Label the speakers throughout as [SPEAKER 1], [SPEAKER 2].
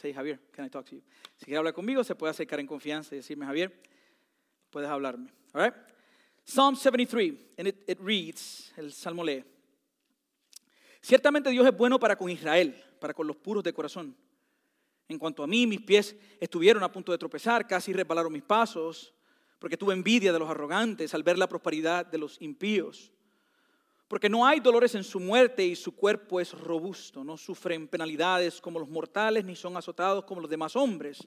[SPEAKER 1] say, Javier, can I talk to you? Si quiere hablar conmigo, se puede acercar en confianza y decirme, Javier, puedes hablarme. All right? Psalm 73, and it, it reads, el Salmo lee, Ciertamente Dios es bueno para con Israel, para con los puros de corazón. En cuanto a mí, mis pies estuvieron a punto de tropezar, casi resbalaron mis pasos, porque tuve envidia de los arrogantes al ver la prosperidad de los impíos. Porque no hay dolores en su muerte y su cuerpo es robusto, no sufren penalidades como los mortales ni son azotados como los demás hombres.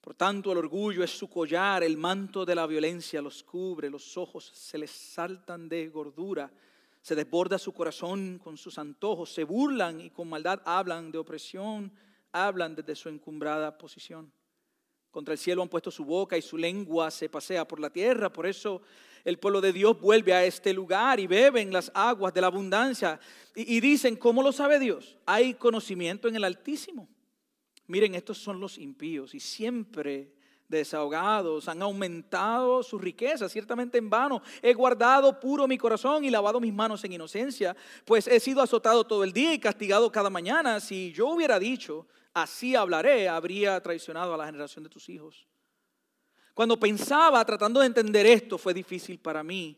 [SPEAKER 1] Por tanto, el orgullo es su collar, el manto de la violencia los cubre, los ojos se les saltan de gordura, se desborda su corazón con sus antojos, se burlan y con maldad hablan de opresión, hablan desde su encumbrada posición. Contra el cielo han puesto su boca y su lengua se pasea por la tierra. Por eso el pueblo de Dios vuelve a este lugar y beben las aguas de la abundancia. Y, y dicen, ¿cómo lo sabe Dios? Hay conocimiento en el Altísimo. Miren, estos son los impíos y siempre desahogados, han aumentado sus riquezas, ciertamente en vano. He guardado puro mi corazón y lavado mis manos en inocencia, pues he sido azotado todo el día y castigado cada mañana. Si yo hubiera dicho, así hablaré, habría traicionado a la generación de tus hijos. Cuando pensaba tratando de entender esto, fue difícil para mí,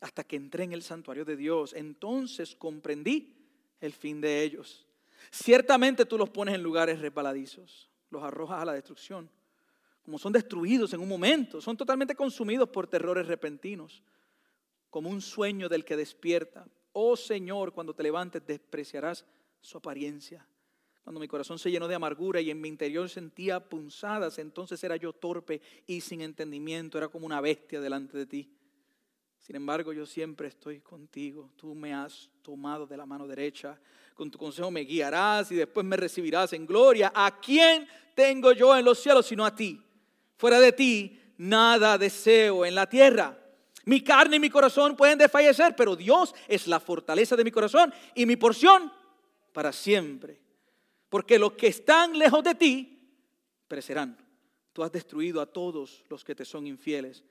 [SPEAKER 1] hasta que entré en el santuario de Dios. Entonces comprendí el fin de ellos. Ciertamente tú los pones en lugares resbaladizos, los arrojas a la destrucción, como son destruidos en un momento, son totalmente consumidos por terrores repentinos, como un sueño del que despierta. Oh Señor, cuando te levantes despreciarás su apariencia. Cuando mi corazón se llenó de amargura y en mi interior sentía punzadas, entonces era yo torpe y sin entendimiento, era como una bestia delante de ti. Sin embargo, yo siempre estoy contigo. Tú me has tomado de la mano derecha. Con tu consejo me guiarás y después me recibirás en gloria. ¿A quién tengo yo en los cielos sino a ti? Fuera de ti, nada deseo en la tierra. Mi carne y mi corazón pueden desfallecer, pero Dios es la fortaleza de mi corazón y mi porción para siempre. Porque los que están lejos de ti perecerán. Tú has destruido a todos los que te son infieles.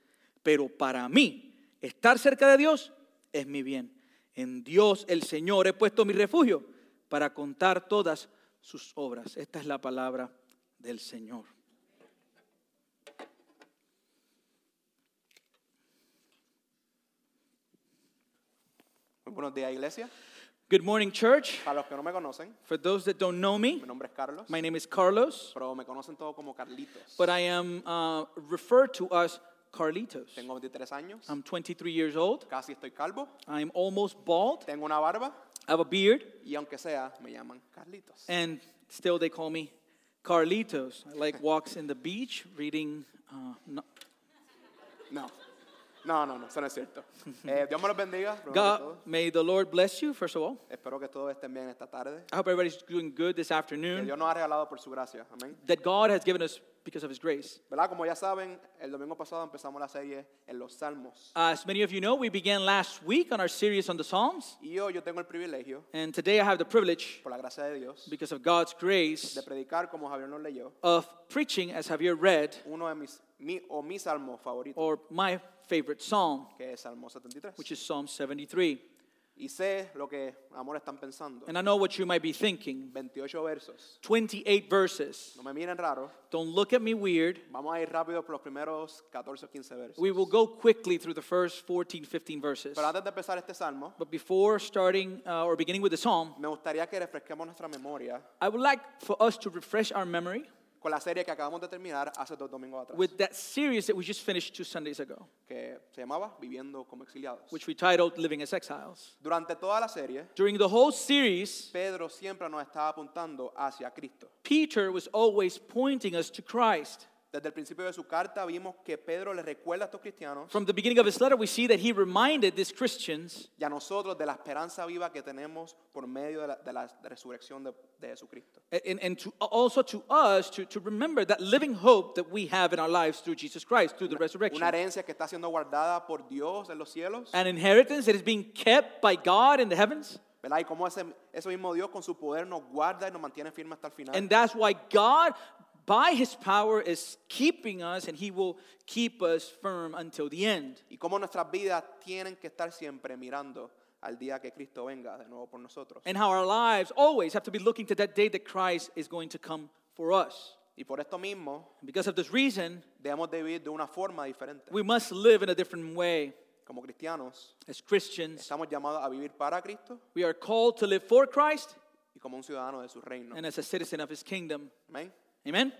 [SPEAKER 1] Pero para mí, Estar cerca de Dios es mi bien. En Dios el Señor he puesto mi refugio para contar todas sus obras. Esta es la palabra del Señor.
[SPEAKER 2] Muy buenos días, iglesia.
[SPEAKER 1] Good morning, church.
[SPEAKER 2] Para los que no me conocen,
[SPEAKER 1] For those that don't know me,
[SPEAKER 2] mi nombre es Carlos,
[SPEAKER 1] my name is Carlos,
[SPEAKER 2] pero me conocen todos como Carlitos.
[SPEAKER 1] but I am uh, referred to as Carlitos.
[SPEAKER 2] Tengo 23 años,
[SPEAKER 1] I'm 23 years old.
[SPEAKER 2] casi estoy calvo,
[SPEAKER 1] I'm almost bald.
[SPEAKER 2] tengo una barba
[SPEAKER 1] I have a beard,
[SPEAKER 2] y aunque sea, me llaman Carlitos.
[SPEAKER 1] and still they call me Carlitos. I like walks in the beach, reading. Uh, no-
[SPEAKER 2] No, no, no, no, eso no es cierto. Eh, Dios me los bendiga. primero que
[SPEAKER 1] God,
[SPEAKER 2] todo.
[SPEAKER 1] may the Lord bless you, first of all.
[SPEAKER 2] Espero que todos estén bien esta tarde.
[SPEAKER 1] I hope everybody's doing good this
[SPEAKER 2] Que
[SPEAKER 1] afternoon
[SPEAKER 2] Dios nos ha regalado por su gracia. Amén.
[SPEAKER 1] that God has given us because of His grace.
[SPEAKER 2] ¿Verdad? Como ya saben, el domingo pasado empezamos la serie en los Salmos.
[SPEAKER 1] Uh, As many of you know, we began last week on our series on the Psalms,
[SPEAKER 2] Y hoy yo tengo el privilegio,
[SPEAKER 1] and today I have the privilege,
[SPEAKER 2] por la gracia de Dios,
[SPEAKER 1] because of God's grace,
[SPEAKER 2] de predicar como Javier nos leyó,
[SPEAKER 1] of preaching, as Javier read,
[SPEAKER 2] uno de mis, mi, o mi salmo favorito,
[SPEAKER 1] or my favorite psalm,
[SPEAKER 2] que es Salmo 73.
[SPEAKER 1] which is Psalm 73.
[SPEAKER 2] Y sé lo que amor están pensando.
[SPEAKER 1] And I know what you might be thinking
[SPEAKER 2] 28 versos.
[SPEAKER 1] 28 verses.
[SPEAKER 2] No me miren raro.
[SPEAKER 1] Don't look at me weird.
[SPEAKER 2] Vamos a ir rápido por los primeros 14 o 15 versos.
[SPEAKER 1] We will go quickly through the first 14, 15 verses.
[SPEAKER 2] Pero antes de empezar este salmo,
[SPEAKER 1] But before starting uh, or beginning with the psalm,
[SPEAKER 2] me gustaría que refresquemos nuestra memoria
[SPEAKER 1] I would like for us to refresh our memory
[SPEAKER 2] con la serie que acabamos de terminar hace dos domingos atrás,
[SPEAKER 1] with that series that we just finished two Sundays ago,
[SPEAKER 2] que se llamaba Viviendo como exiliados.
[SPEAKER 1] which we titled Living as Exiles.
[SPEAKER 2] Durante toda la serie,
[SPEAKER 1] During the whole series,
[SPEAKER 2] Pedro siempre nos estaba apuntando hacia Cristo.
[SPEAKER 1] Peter was always pointing us to Christ.
[SPEAKER 2] Desde el principio de su carta vimos que Pedro le recuerda a estos cristianos
[SPEAKER 1] From the beginning of his letter, we see that he reminded these Christians
[SPEAKER 2] y a nosotros de la esperanza viva que tenemos por medio de la, de la resurrección de, de Jesucristo.
[SPEAKER 1] and, and to, also to us to, to remember that living hope that we have in our lives through Jesus Christ, through the resurrection.
[SPEAKER 2] Una herencia que está siendo guardada por Dios en los cielos.
[SPEAKER 1] An inheritance that is being kept by God in the heavens.
[SPEAKER 2] ¿Verdad? Y cómo ese, ese mismo Dios con su poder nos guarda y nos mantiene firmes hasta el final.
[SPEAKER 1] And that's why God, by his power, is keeping us and he will keep us firm until the end.
[SPEAKER 2] y cómo nuestras vidas tienen que estar siempre mirando al día que Cristo venga de nuevo por nosotros.
[SPEAKER 1] and how our lives always have to be looking to that day that Christ is going to come for us.
[SPEAKER 2] Y por esto mismo,
[SPEAKER 1] And because of this reason,
[SPEAKER 2] debemos de vivir de una forma diferente.
[SPEAKER 1] we must live in a different way.
[SPEAKER 2] Como cristianos,
[SPEAKER 1] As Christians,
[SPEAKER 2] estamos llamados a vivir para Cristo
[SPEAKER 1] we are called to live for Christ
[SPEAKER 2] y como un ciudadano de su reino.
[SPEAKER 1] and as a citizen of his kingdom.
[SPEAKER 2] Amén.
[SPEAKER 1] Amen?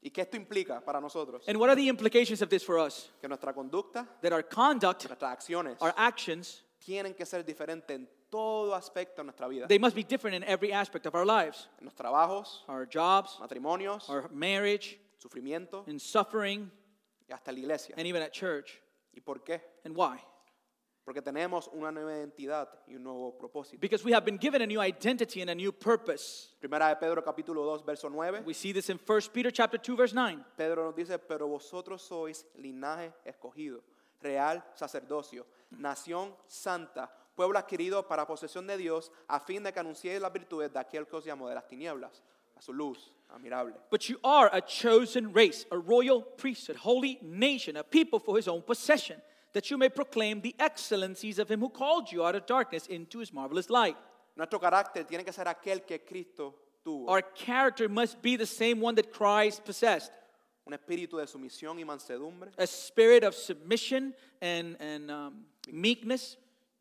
[SPEAKER 2] ¿Y qué esto implica para nosotros?
[SPEAKER 1] And what are the implications of this for us?
[SPEAKER 2] Que nuestra conducta,
[SPEAKER 1] That our conduct,
[SPEAKER 2] nuestras acciones,
[SPEAKER 1] our actions,
[SPEAKER 2] tienen que ser diferentes en todo aspecto de nuestra vida.
[SPEAKER 1] they must be different in every aspect of our lives
[SPEAKER 2] En los trabajos,
[SPEAKER 1] our jobs,
[SPEAKER 2] matrimonios,
[SPEAKER 1] our marriage,
[SPEAKER 2] sufrimiento
[SPEAKER 1] in suffering,
[SPEAKER 2] y hasta la iglesia.
[SPEAKER 1] and even at church.
[SPEAKER 2] ¿Y por qué?
[SPEAKER 1] And why?
[SPEAKER 2] Porque tenemos una nueva identidad y un nuevo propósito.
[SPEAKER 1] Because we have been given a new identity and a new purpose.
[SPEAKER 2] Primera de Pedro capítulo 2, verso 9.
[SPEAKER 1] We see this in 1 Peter chapter 2 verse 9.
[SPEAKER 2] Pedro nos dice, pero vosotros sois linaje escogido, real sacerdocio, nación santa, pueblo adquirido para posesión de Dios, a fin de que anunciéis las virtudes de aquel que os llamó de las tinieblas, a su luz admirable.
[SPEAKER 1] But you are a chosen race, a royal priesthood, holy nation, a people for his own possession, that you may proclaim the excellencies of him who called you out of darkness into his marvelous light.
[SPEAKER 2] Nuestro carácter tiene que ser aquel que Cristo tuvo,
[SPEAKER 1] Our character must be the same one that Christ possessed
[SPEAKER 2] un espíritu de sumisión y mansedumbre,
[SPEAKER 1] a spirit of submission and, and um, meekness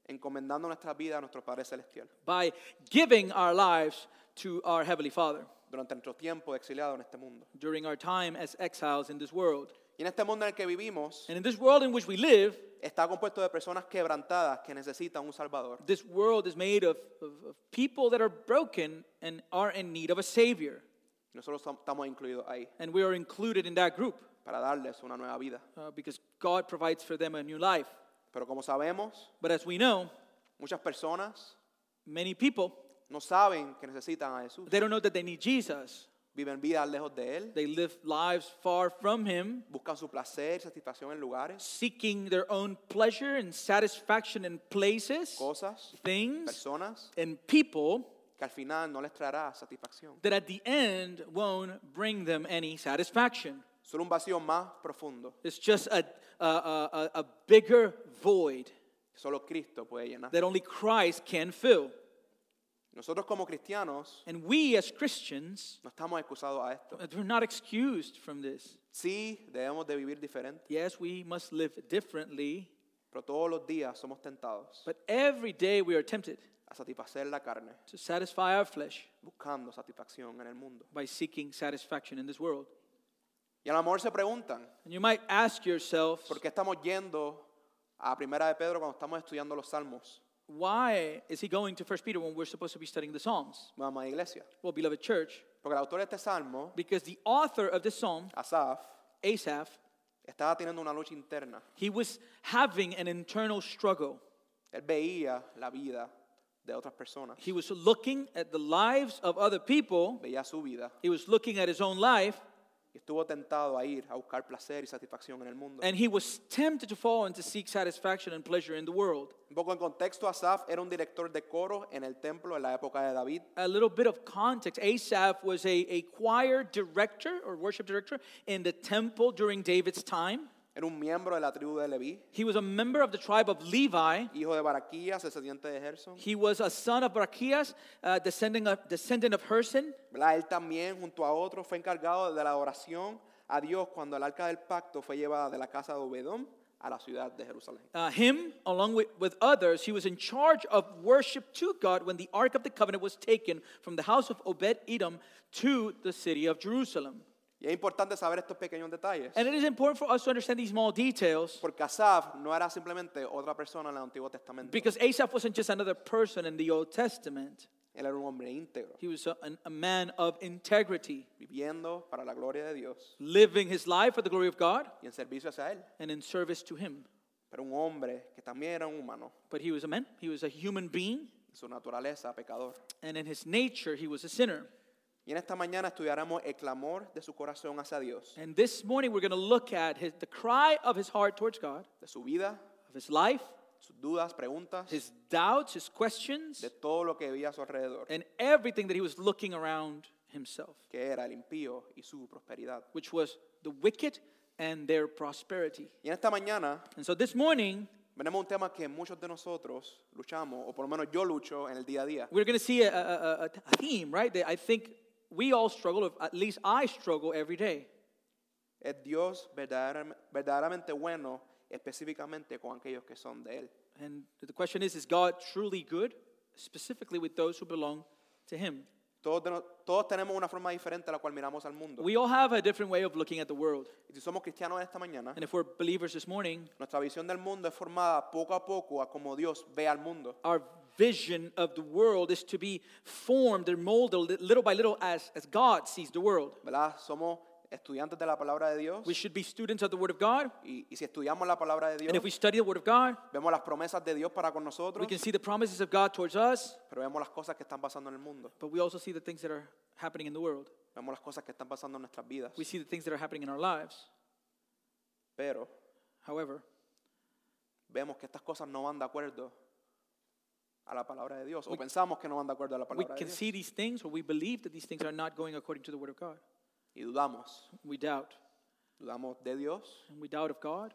[SPEAKER 2] encomendando nuestra vida a nuestro Padre Celestial
[SPEAKER 1] by giving our lives to our Heavenly Father
[SPEAKER 2] durante nuestro tiempo de exiliado en este mundo.
[SPEAKER 1] during our time as exiles in this world.
[SPEAKER 2] Y en este mundo en el que vivimos
[SPEAKER 1] And in this world in which we live,
[SPEAKER 2] está compuesto de personas quebrantadas que necesitan un Salvador.
[SPEAKER 1] this world is made of, of, of people that are broken and are in need of a savior
[SPEAKER 2] Nosotros som- estamos incluidos ahí.
[SPEAKER 1] and we are included in that group
[SPEAKER 2] para darles una nueva vida.
[SPEAKER 1] uh, because god provides for them a new life
[SPEAKER 2] Pero como sabemos,
[SPEAKER 1] but as we know
[SPEAKER 2] muchas personas
[SPEAKER 1] many people
[SPEAKER 2] no saben que necesitan a Jesús.
[SPEAKER 1] they don't know that they need jesus
[SPEAKER 2] Viven vidas lejos de Él,
[SPEAKER 1] they live lives far from him
[SPEAKER 2] buscan su placer, satisfacción en lugares,
[SPEAKER 1] seeking their own pleasure and satisfaction in places
[SPEAKER 2] cosas,
[SPEAKER 1] things
[SPEAKER 2] personas
[SPEAKER 1] and people
[SPEAKER 2] que al final no les traerá satisfacción.
[SPEAKER 1] that at the end won't bring them any satisfaction
[SPEAKER 2] Solo un vacío más profundo
[SPEAKER 1] it's just a, a, a, a a bigger void
[SPEAKER 2] que solo Cristo puede llenar.
[SPEAKER 1] that only Christ can fill.
[SPEAKER 2] Nosotros como cristianos
[SPEAKER 1] And we as Christians,
[SPEAKER 2] no estamos excusados a esto.
[SPEAKER 1] we're not excused from this.
[SPEAKER 2] Sí, debemos de vivir diferente,
[SPEAKER 1] Yes, we must live differently,
[SPEAKER 2] pero todos los días somos tentados
[SPEAKER 1] but every day we are tempted
[SPEAKER 2] a satisfacer la carne,
[SPEAKER 1] to satisfy our flesh
[SPEAKER 2] buscando satisfacción en el mundo.
[SPEAKER 1] by seeking satisfaction in this world.
[SPEAKER 2] Y a lo mejor se preguntan,
[SPEAKER 1] And you might ask yourself,
[SPEAKER 2] ¿Por qué estamos yendo a Primera de Pedro cuando estamos estudiando los Salmos?
[SPEAKER 1] why is he going to 1 Peter when we're supposed to be studying the Psalms?
[SPEAKER 2] Mi amada iglesia.
[SPEAKER 1] Well, beloved church,
[SPEAKER 2] Porque el autor de este Salmo,
[SPEAKER 1] because the author of this psalm,
[SPEAKER 2] Asaf,
[SPEAKER 1] Asaph,
[SPEAKER 2] estaba teniendo una lucha interna.
[SPEAKER 1] he was having an internal struggle.
[SPEAKER 2] Él veía la vida de otras personas,
[SPEAKER 1] He was looking at the lives of other people
[SPEAKER 2] veía su vida
[SPEAKER 1] He was looking at his own life
[SPEAKER 2] y estuvo tentado a ir a buscar placer y satisfacción en el mundo.
[SPEAKER 1] and he was tempted to fall and to seek satisfaction and pleasure in the world.
[SPEAKER 2] Un poco en contexto, Asaf era un director de coros en el templo en la época de David.
[SPEAKER 1] A little bit of context Asaph was a, a choir director or worship director in the temple during David's time.
[SPEAKER 2] Era un miembro de la tribu de Leví,
[SPEAKER 1] He was a member of the tribe of Levi.
[SPEAKER 2] hijo de Baraquías, descendiente de Gerson.
[SPEAKER 1] He was a son of Barachias, uh, descendant, of, descendant of Herson.
[SPEAKER 2] ¿verdad? Él también, junto a otros, fue encargado de la oración a Dios cuando el arca del pacto fue llevada de la casa de Obedón a la ciudad de Jerusalén.
[SPEAKER 1] Uh, him, along with, with others, he was in charge of worship to God when the Ark of the Covenant was taken from the house of Obed Edom to the city of Jerusalem.
[SPEAKER 2] Y es importante saber estos pequeños detalles.
[SPEAKER 1] And it is important for us to understand these small details
[SPEAKER 2] Porque Asaf no era simplemente otra persona en el Antiguo Testamento.
[SPEAKER 1] because Asaph wasn't just another person in the Old Testament.
[SPEAKER 2] Él era un hombre íntegro,
[SPEAKER 1] He was a, an- a man of integrity,
[SPEAKER 2] viviendo para la gloria de Dios
[SPEAKER 1] living his life for the glory of God
[SPEAKER 2] y en servicio hacia Él.
[SPEAKER 1] and in service to Him.
[SPEAKER 2] Pero un hombre que también era un humano,
[SPEAKER 1] But he was a man, he was a human being,
[SPEAKER 2] en su naturaleza pecador.
[SPEAKER 1] and in his nature, he was a sinner.
[SPEAKER 2] Y en esta mañana estudiaremos el clamor de su corazón hacia Dios,
[SPEAKER 1] And this morning, we're going to look at his, the cry of his heart towards God,
[SPEAKER 2] de su vida,
[SPEAKER 1] of his life,
[SPEAKER 2] sus dudas, preguntas,
[SPEAKER 1] his doubts, his questions,
[SPEAKER 2] de todo lo que había a su alrededor.
[SPEAKER 1] and everything that he was looking around himself,
[SPEAKER 2] que era el impío y su prosperidad.
[SPEAKER 1] which was the wicked and their prosperity.
[SPEAKER 2] Y en esta mañana
[SPEAKER 1] And so this morning,
[SPEAKER 2] Venemos a un tema que muchos de nosotros luchamos, o por lo menos yo lucho en el día a día.
[SPEAKER 1] We're going to see a, a, a, a theme, right? That I think we all struggle, or at least I struggle every day.
[SPEAKER 2] Es Dios verdaderam- verdaderamente bueno, específicamente con aquellos que son de Él.
[SPEAKER 1] And the question is, is God truly good, specifically with those who belong to Him?
[SPEAKER 2] Todos, de no- todos tenemos una forma diferente a la cual miramos al mundo.
[SPEAKER 1] We all have a different way of looking at the world.
[SPEAKER 2] Y si somos cristianos esta mañana,
[SPEAKER 1] And if we're believers this morning,
[SPEAKER 2] nuestra visión del mundo es formada poco a poco a como Dios ve al mundo.
[SPEAKER 1] our vision of the world is to be formed and molded little by little as, as God sees the world.
[SPEAKER 2] ¿Verdad? Somos estudiantes de la palabra de Dios.
[SPEAKER 1] We should be students of the Word of God.
[SPEAKER 2] Y, y si estudiamos la palabra de
[SPEAKER 1] And if
[SPEAKER 2] Dios,
[SPEAKER 1] we study the Word of God,
[SPEAKER 2] vemos las promesas de Dios para con
[SPEAKER 1] we
[SPEAKER 2] nosotros,
[SPEAKER 1] can see the promises of God towards us,
[SPEAKER 2] pero vemos las cosas que están pasando en el mundo.
[SPEAKER 1] but we also see the things that are happening in the world.
[SPEAKER 2] Vemos las cosas que están pasando en nuestras vidas.
[SPEAKER 1] We see the things that are happening in our lives.
[SPEAKER 2] Pero
[SPEAKER 1] However,
[SPEAKER 2] vemos que estas cosas no van de acuerdo a la palabra de Dios. O pensamos que no van de acuerdo a la
[SPEAKER 1] we
[SPEAKER 2] palabra de
[SPEAKER 1] can
[SPEAKER 2] Dios.
[SPEAKER 1] see these things, or we believe that these things are not going according to the Word of God.
[SPEAKER 2] Y dudamos.
[SPEAKER 1] We doubt.
[SPEAKER 2] Dudamos de Dios,
[SPEAKER 1] And we doubt of God,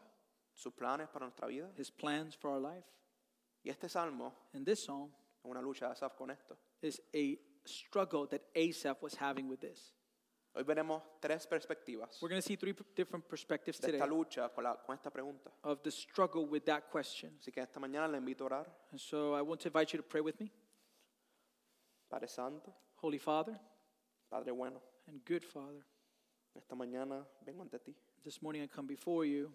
[SPEAKER 2] sus planes para nuestra vida.
[SPEAKER 1] His plans for our life.
[SPEAKER 2] Y este salmo
[SPEAKER 1] And this psalm
[SPEAKER 2] es una lucha de Asaf con esto.
[SPEAKER 1] is a struggle that Asaph was having with this.
[SPEAKER 2] Hoy veremos tres perspectivas
[SPEAKER 1] We're going to see three p- different perspectives
[SPEAKER 2] de
[SPEAKER 1] today
[SPEAKER 2] esta lucha con, la- con esta pregunta.
[SPEAKER 1] of the struggle with that question.
[SPEAKER 2] Así que esta mañana le invito a orar,
[SPEAKER 1] And so I want to invite you to pray with me.
[SPEAKER 2] Padre Santo,
[SPEAKER 1] Holy Father
[SPEAKER 2] Padre bueno.
[SPEAKER 1] and good Father,
[SPEAKER 2] Esta mañana vengo ante ti
[SPEAKER 1] this morning I come before you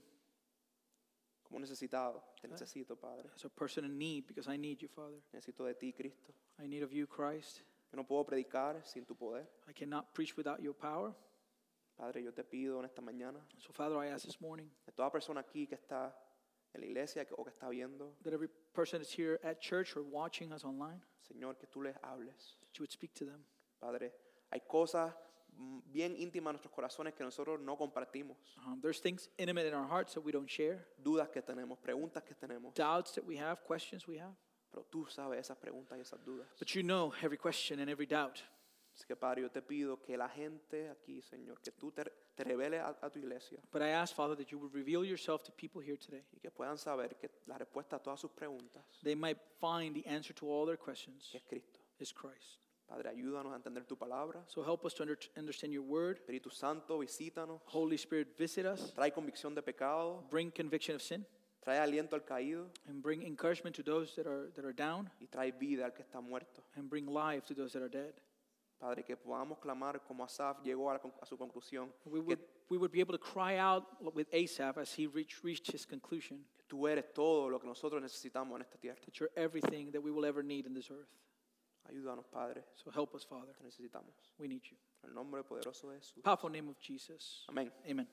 [SPEAKER 2] como necesitado. Te necesito, Padre.
[SPEAKER 1] as a person in need because I need you, Father.
[SPEAKER 2] Necesito de ti, Cristo.
[SPEAKER 1] I need of you, Christ.
[SPEAKER 2] Yo no puedo predicar sin tu poder.
[SPEAKER 1] I cannot preach without your power.
[SPEAKER 2] Padre, yo te pido en esta mañana,
[SPEAKER 1] So, Father, I ask this morning
[SPEAKER 2] de toda persona aquí que está en la iglesia que- o que está viendo,
[SPEAKER 1] that every person that's here at church or watching us online,
[SPEAKER 2] Señor, que tú les hables.
[SPEAKER 1] that you would speak to them.
[SPEAKER 2] Padre, hay cosas mm, bien íntimas en nuestros corazones que nosotros no compartimos.
[SPEAKER 1] Um, there's things intimate in our hearts that we don't share,
[SPEAKER 2] Dudas que tenemos, preguntas que tenemos.
[SPEAKER 1] doubts that we have, questions we have.
[SPEAKER 2] Pero tú sabes esas preguntas y esas dudas.
[SPEAKER 1] But you know every question and every doubt.
[SPEAKER 2] Así que, Padre, yo te pido que la gente aquí, Señor, que tú te, te reveles a, a tu iglesia
[SPEAKER 1] But I ask, Father, that you would reveal yourself to people here today.
[SPEAKER 2] y que puedan saber que la respuesta a todas sus preguntas
[SPEAKER 1] They might find the answer to all their questions
[SPEAKER 2] es Cristo.
[SPEAKER 1] is Christ.
[SPEAKER 2] Padre, ayúdanos a entender tu palabra.
[SPEAKER 1] So help us to under- understand your word.
[SPEAKER 2] Espíritu Santo, visítanos.
[SPEAKER 1] Holy Spirit, visit us,
[SPEAKER 2] Trae convicción de pecado.
[SPEAKER 1] bring conviction of sin,
[SPEAKER 2] Trae aliento al caído.
[SPEAKER 1] and bring encouragement to those that are, that are down,
[SPEAKER 2] Y trae vida al que está muerto.
[SPEAKER 1] and bring life to those that are dead.
[SPEAKER 2] Padre, que podamos clamar como Asaf llegó a, la con- a su conclusión.
[SPEAKER 1] We
[SPEAKER 2] Que
[SPEAKER 1] would, we would be able to cry out with Asaph as he reached, reached his conclusion
[SPEAKER 2] tú eres todo lo que nosotros necesitamos en esta tierra.
[SPEAKER 1] that you're everything that we will ever need in this earth.
[SPEAKER 2] Ayúdanos, Padre.
[SPEAKER 1] So help us, Father.
[SPEAKER 2] Te necesitamos.
[SPEAKER 1] We need you.
[SPEAKER 2] En el nombre poderoso de Jesús.
[SPEAKER 1] Powerful name of Jesus.
[SPEAKER 2] Amén.
[SPEAKER 1] Amen.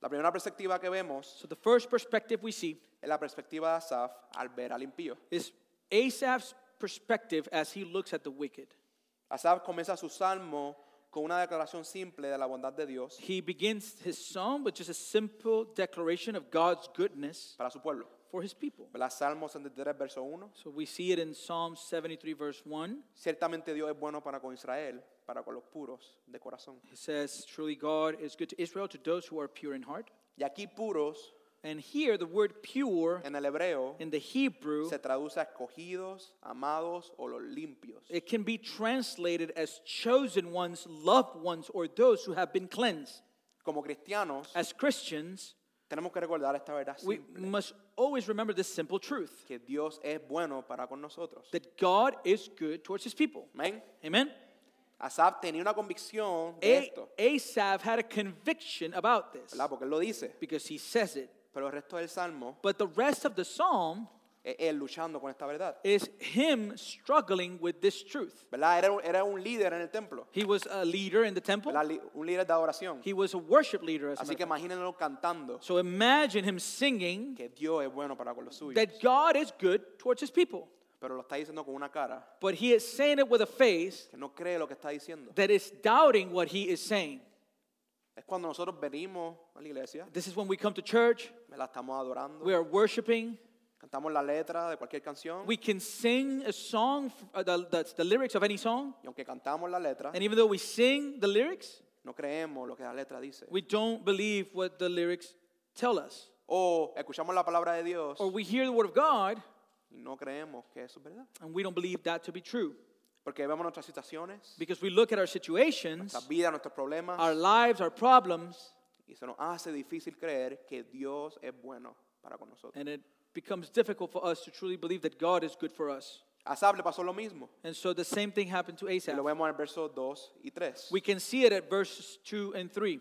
[SPEAKER 2] La primera perspectiva que vemos
[SPEAKER 1] So the first perspective we see
[SPEAKER 2] es la perspectiva de Asaf al ver al impío.
[SPEAKER 1] is Asaph's perspective as he looks at the wicked.
[SPEAKER 2] Asaf comienza su salmo con una declaración simple de la bondad de Dios
[SPEAKER 1] He begins his psalm with just a simple declaration of God's goodness
[SPEAKER 2] para su pueblo.
[SPEAKER 1] for his people.
[SPEAKER 2] ¿Verdad? Salmo 73, verso 1.
[SPEAKER 1] So we see it in Psalm 73, verse 1.
[SPEAKER 2] Ciertamente Dios es bueno para con Israel, para con los puros de corazón.
[SPEAKER 1] It says, Truly God is good to Israel, to those who are pure in heart.
[SPEAKER 2] Y aquí puros,
[SPEAKER 1] And here, the word pure
[SPEAKER 2] en el hebreo,
[SPEAKER 1] in the Hebrew,
[SPEAKER 2] se traduce a escogidos, amados o los limpios.
[SPEAKER 1] it can be translated as chosen ones, loved ones, or those who have been cleansed.
[SPEAKER 2] Como cristianos,
[SPEAKER 1] As Christians,
[SPEAKER 2] tenemos que recordar esta verdad
[SPEAKER 1] we
[SPEAKER 2] simple,
[SPEAKER 1] must always remember this simple truth
[SPEAKER 2] que Dios es bueno para con nosotros.
[SPEAKER 1] that God is good towards his people.
[SPEAKER 2] Amén.
[SPEAKER 1] Amen?
[SPEAKER 2] Asaf tenía una convicción de
[SPEAKER 1] A-
[SPEAKER 2] esto,
[SPEAKER 1] Asaph had a conviction about this
[SPEAKER 2] ¿verdad? Porque él lo dice.
[SPEAKER 1] because he says it.
[SPEAKER 2] Pero el resto del salmo
[SPEAKER 1] But the rest of the psalm
[SPEAKER 2] es él e, luchando con esta verdad.
[SPEAKER 1] is him struggling with this truth.
[SPEAKER 2] ¿Verdad? Era, un- era un líder en el templo,
[SPEAKER 1] He was a leader in the temple,
[SPEAKER 2] ¿verdad? Li- un líder de adoración.
[SPEAKER 1] he was a worship leader. As a
[SPEAKER 2] Así
[SPEAKER 1] matter
[SPEAKER 2] que
[SPEAKER 1] of fact.
[SPEAKER 2] imagínenlo cantando
[SPEAKER 1] So imagine him singing
[SPEAKER 2] que Dios es bueno para con los suyos.
[SPEAKER 1] that God is good towards his people.
[SPEAKER 2] Pero lo está diciendo con una cara
[SPEAKER 1] But he is saying it with a face
[SPEAKER 2] que no cree lo que está diciendo.
[SPEAKER 1] that is doubting what he is saying.
[SPEAKER 2] Es cuando nosotros venimos a la iglesia,
[SPEAKER 1] This is when we come to church,
[SPEAKER 2] la estamos adorando,
[SPEAKER 1] we are worshiping,
[SPEAKER 2] cantamos la letra de cualquier canción.
[SPEAKER 1] we can sing a song, uh, the, that's the lyrics of any song,
[SPEAKER 2] Y aunque cantamos la letra,
[SPEAKER 1] and even though we sing the lyrics,
[SPEAKER 2] no creemos lo que la letra dice.
[SPEAKER 1] we don't believe what the lyrics tell us.
[SPEAKER 2] O escuchamos la palabra de Dios
[SPEAKER 1] or we hear the word of God
[SPEAKER 2] y no creemos que eso es verdad.
[SPEAKER 1] and we don't believe that to be true.
[SPEAKER 2] Porque vemos nuestras situaciones,
[SPEAKER 1] Because we look at our situations,
[SPEAKER 2] nuestras vidas, nuestros problemas
[SPEAKER 1] our lives, our problems,
[SPEAKER 2] y se nos hace difícil creer que Dios es bueno para con nosotros.
[SPEAKER 1] and it becomes difficult for us to truly believe that God is good for us.
[SPEAKER 2] A Asaf le pasó lo mismo.
[SPEAKER 1] And so the same thing happened to
[SPEAKER 2] Y lo
[SPEAKER 1] Asaph.
[SPEAKER 2] vemos en el verso 2 y 3.
[SPEAKER 1] We can see it at verses 2 and 3.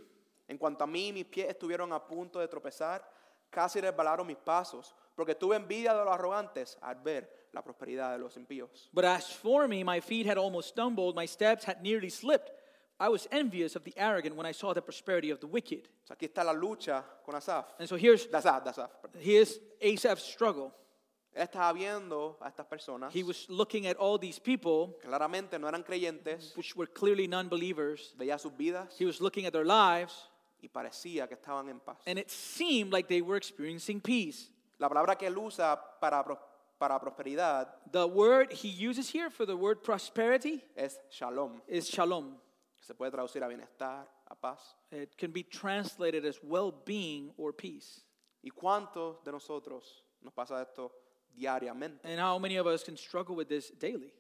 [SPEAKER 2] En cuanto a mí, mis pies estuvieron a punto de tropezar, casi resbalaron mis pasos, porque tuve envidia de los arrogantes al ver la prosperidad de los impíos.
[SPEAKER 1] But as for me, my feet had almost stumbled, my steps had nearly slipped. I was envious of the arrogant when I saw the prosperity of the wicked.
[SPEAKER 2] O sea, aquí está la lucha con Asaf.
[SPEAKER 1] And so here's
[SPEAKER 2] De Asaf, de Asaf, perdón.
[SPEAKER 1] here's Asaph's struggle.
[SPEAKER 2] Él estaba viendo a estas personas.
[SPEAKER 1] He was looking at all these people,
[SPEAKER 2] Claramente no eran creyentes,
[SPEAKER 1] which were clearly non-believers.
[SPEAKER 2] veía sus vidas
[SPEAKER 1] Mm. He was looking at their lives,
[SPEAKER 2] y parecía que estaban en paz.
[SPEAKER 1] and it seemed like they were experiencing peace.
[SPEAKER 2] La palabra que él usa para, pros- para prosperidad
[SPEAKER 1] The word he uses here for the word prosperity
[SPEAKER 2] es shalom.
[SPEAKER 1] is shalom.
[SPEAKER 2] Se puede traducir a bienestar, a paz.
[SPEAKER 1] It can be translated as well-being or peace.
[SPEAKER 2] ¿Y cuántos de nosotros nos pasa esto diariamente?
[SPEAKER 1] And how many of us can struggle with this daily?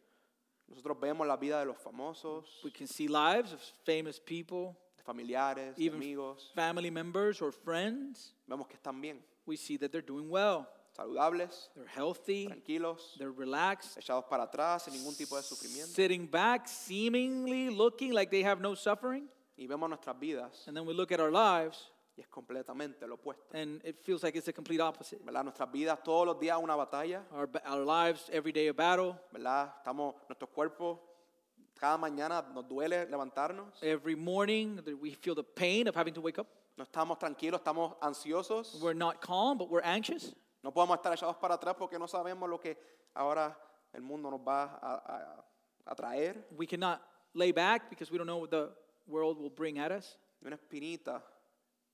[SPEAKER 2] Nosotros vemos la vida de los famosos,
[SPEAKER 1] We can see lives of famous people,
[SPEAKER 2] de familiares, de
[SPEAKER 1] Even-
[SPEAKER 2] amigos.
[SPEAKER 1] family members, or friends.
[SPEAKER 2] Vemos que están bien,
[SPEAKER 1] We see that they're doing well,
[SPEAKER 2] saludables,
[SPEAKER 1] they're healthy,
[SPEAKER 2] tranquilos,
[SPEAKER 1] they're relaxed,
[SPEAKER 2] echados para atrás, sin ningún tipo de sufrimiento.
[SPEAKER 1] sitting back, seemingly looking like they have no suffering.
[SPEAKER 2] Y vemos nuestras vidas
[SPEAKER 1] And then we look at our lives,
[SPEAKER 2] y es completamente lo opuesto.
[SPEAKER 1] and it feels like it's the complete opposite.
[SPEAKER 2] ¿Verdad? Nuestras vidas todos los días una batalla,
[SPEAKER 1] Our, ba- our lives, every day a battle.
[SPEAKER 2] ¿verdad? Estamos, nuestros cuerpos, cada mañana nos duele levantarnos,
[SPEAKER 1] Every morning, that we feel the pain of having to wake up.
[SPEAKER 2] no estamos tranquilos, estamos ansiosos,
[SPEAKER 1] We're not calm, but we're anxious.
[SPEAKER 2] no podemos estar echados para atrás porque no sabemos lo que ahora el mundo nos va a- a- a traer.
[SPEAKER 1] We cannot lay back because we don't know what the world will bring at us.
[SPEAKER 2] y una espinita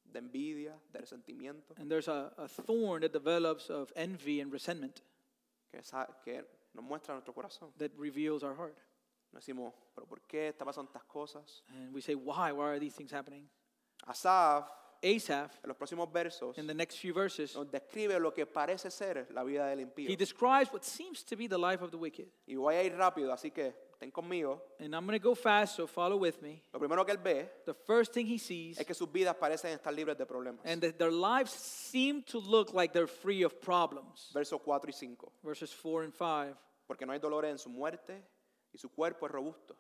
[SPEAKER 2] de envidia, de resentimiento,
[SPEAKER 1] And there's a, a thorn that develops of envy and resentment
[SPEAKER 2] que, sa- que nos muestra nuestro corazón.
[SPEAKER 1] that reveals our heart.
[SPEAKER 2] Nos decimos, pero ¿por qué está pasando estas cosas?
[SPEAKER 1] And we say, why? Why are these things happening?
[SPEAKER 2] Asaf,
[SPEAKER 1] Asaph,
[SPEAKER 2] en los próximos versos,
[SPEAKER 1] in the next few verses,
[SPEAKER 2] nos describe lo que parece ser la vida del impío.
[SPEAKER 1] he describes what seems to be the life of the wicked.
[SPEAKER 2] Y voy a ir rápido, así que estén conmigo.
[SPEAKER 1] And I'm going to go fast, so follow with me.
[SPEAKER 2] Lo primero que él ve
[SPEAKER 1] The first thing he sees,
[SPEAKER 2] es que sus vidas parecen estar libres de problemas.
[SPEAKER 1] and that their lives seem to look like they're free of problems.
[SPEAKER 2] Versos 4 y 5.
[SPEAKER 1] Verses 4 and 5.
[SPEAKER 2] Porque no hay dolores en su muerte y su cuerpo es robusto.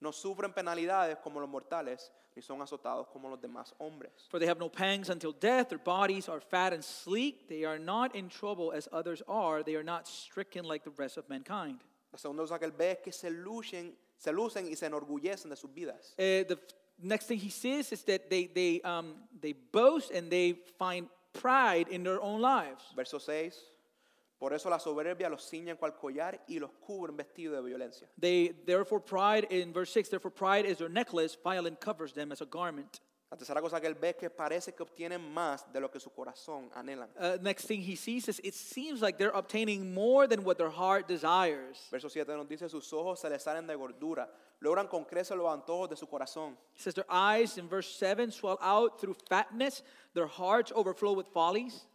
[SPEAKER 2] No sufren penalidades como los mortales, ni son azotados como los demás hombres.
[SPEAKER 1] For they have no pangs until death. Their bodies are fat and sleek. They are not in trouble as others are. They are not stricken like the rest of mankind.
[SPEAKER 2] La segunda cosa que él ve es que se lucen, se lucen y se enorgullecen de sus vidas.
[SPEAKER 1] Uh, the f- next thing he says is that they, they, um, they boast and they find pride in their own lives.
[SPEAKER 2] Verso 6. Por eso la soberbia los ciñen cual collar y los cubren vestidos de violencia.
[SPEAKER 1] They therefore pride in verse 6 therefore pride is their necklace violence covers them as a garment.
[SPEAKER 2] La tercera cosa que él ve es que parece que obtienen más de lo que su corazón anhelan.
[SPEAKER 1] Uh, next thing he sees is it seems like they're obtaining more than what their heart desires.
[SPEAKER 2] Verso 7 nos dice, sus ojos se les salen de gordura, logran con creces los antojos de su corazón.
[SPEAKER 1] It says their eyes in verse 7 swell out through fatness, their hearts overflow with follies.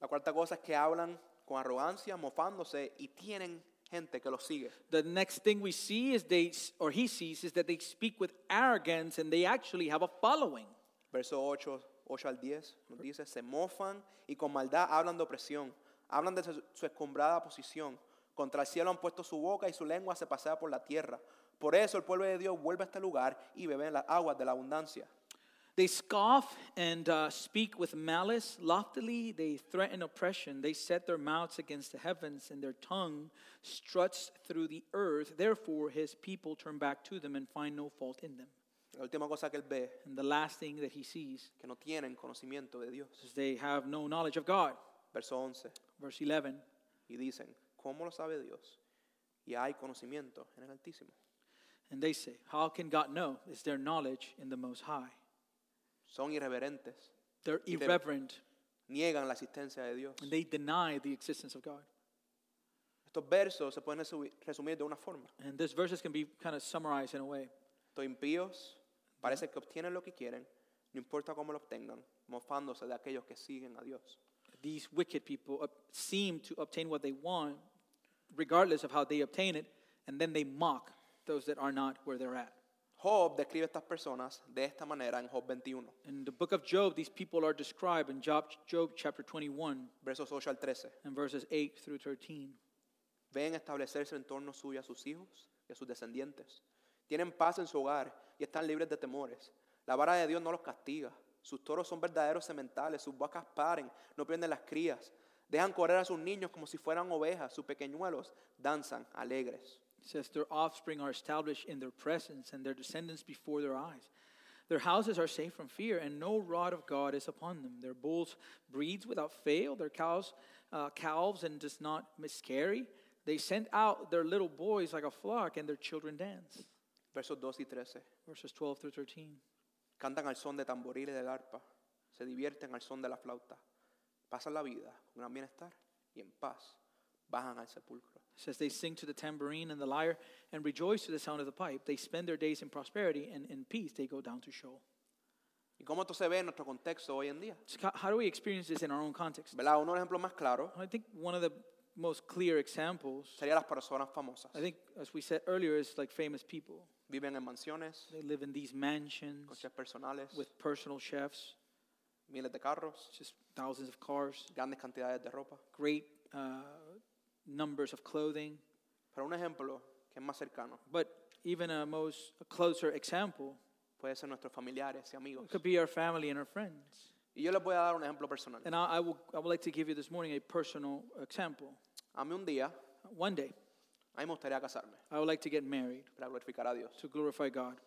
[SPEAKER 2] La cuarta cosa es que hablan con arrogancia, mofándose y tienen gente que los sigue.
[SPEAKER 1] The next thing we see is they or he sees is that they speak with arrogance and they actually have a following.
[SPEAKER 2] Verso 8, 8 al 10 nos dice, se mofan y con maldad hablan de opresión, hablan de su, su escombrada posición. Contra el cielo han puesto su boca y su lengua se pasea por la tierra. Por eso el pueblo de Dios vuelve a este lugar y bebe en las aguas de la abundancia.
[SPEAKER 1] They scoff and uh, speak with malice. Loftily, they threaten oppression. They set their mouths against the heavens, and their tongue struts through the earth. Therefore, his people turn back to them and find no fault in them.
[SPEAKER 2] La última cosa que él ve
[SPEAKER 1] And the last thing that he sees
[SPEAKER 2] que no tienen conocimiento de Dios.
[SPEAKER 1] is they have no knowledge of God.
[SPEAKER 2] Verso 11.
[SPEAKER 1] Verse 11.
[SPEAKER 2] Y dicen, ¿cómo lo sabe Dios? Y hay conocimiento en el Altísimo.
[SPEAKER 1] And they say, How can God know? Is there knowledge in the Most High?
[SPEAKER 2] Son irreverentes,
[SPEAKER 1] They're
[SPEAKER 2] they-
[SPEAKER 1] irreverent,
[SPEAKER 2] niegan la existencia de Dios.
[SPEAKER 1] and they deny the existence of God.
[SPEAKER 2] Estos versos se pueden resu- resumir de una forma.
[SPEAKER 1] And these verses can be kind of summarized in a way.
[SPEAKER 2] Estos impíos parece que obtienen lo que quieren, no importa cómo lo obtengan, mofándose de aquellos que siguen a Dios.
[SPEAKER 1] These wicked people ob- seem to obtain what they want, regardless of how they obtain it, and then they mock those that are not where they're at.
[SPEAKER 2] Job describe a estas personas de esta manera en Job 21,
[SPEAKER 1] In the book of Job, these people are described in Job, Job chapter 21
[SPEAKER 2] versos 8 al 13.
[SPEAKER 1] and verses 8 through 13.
[SPEAKER 2] Ven a establecerse en torno suyo a sus hijos y a sus descendientes. Tienen paz en su hogar y están libres de temores. La vara de Dios no los castiga. Sus toros son verdaderos sementales, sus vacas paren, no pierden las crías. Dejan correr a sus niños como si fueran ovejas, sus pequeñuelos danzan alegres.
[SPEAKER 1] It says, Their offspring are established in their presence, and their descendants before their eyes. Their houses are safe from fear, and no rod of God is upon them. Their bulls breeds without fail, their cows uh, calves and does not miscarry. They send out their little boys like a flock, and their children dance.
[SPEAKER 2] Versos 2 y 13.
[SPEAKER 1] Verses 12 through 13.
[SPEAKER 2] Cantan al son de tamboriles del arpa, se divierten al son de la flauta. Pasan la vida con gran bienestar y en paz bajan al sepulcro.
[SPEAKER 1] It says, They sing to the tambourine and the lyre, and rejoice to the sound of the pipe. They spend their days in prosperity, and in peace they go down to Sheol.
[SPEAKER 2] ¿Y cómo esto se ve en nuestro contexto hoy en día?
[SPEAKER 1] So how- how do we experience this in our own context?
[SPEAKER 2] ¿Verdad? Uno de los ejemplos más claros
[SPEAKER 1] I think one of the most clear examples,
[SPEAKER 2] serían las personas famosas.
[SPEAKER 1] I think, as we said earlier, is like famous people.
[SPEAKER 2] Viven en mansiones,
[SPEAKER 1] They live in these mansions
[SPEAKER 2] con chefs personales,
[SPEAKER 1] with personal chefs,
[SPEAKER 2] miles de carros,
[SPEAKER 1] just thousands of cars,
[SPEAKER 2] grandes cantidades de ropa.
[SPEAKER 1] great uh, numbers of clothing.
[SPEAKER 2] Pero un ejemplo que es más cercano
[SPEAKER 1] But even a most a closer example
[SPEAKER 2] puede ser nuestros familiares y amigos.
[SPEAKER 1] could be our family and our friends.
[SPEAKER 2] Y yo les voy a dar un ejemplo personal.
[SPEAKER 1] And I, I, will, I would like to give you this morning a personal example.
[SPEAKER 2] A mí un día,
[SPEAKER 1] One day,
[SPEAKER 2] a mí me gustaría casarme
[SPEAKER 1] I would like to get married
[SPEAKER 2] para glorificar a Dios.
[SPEAKER 1] to glorify God.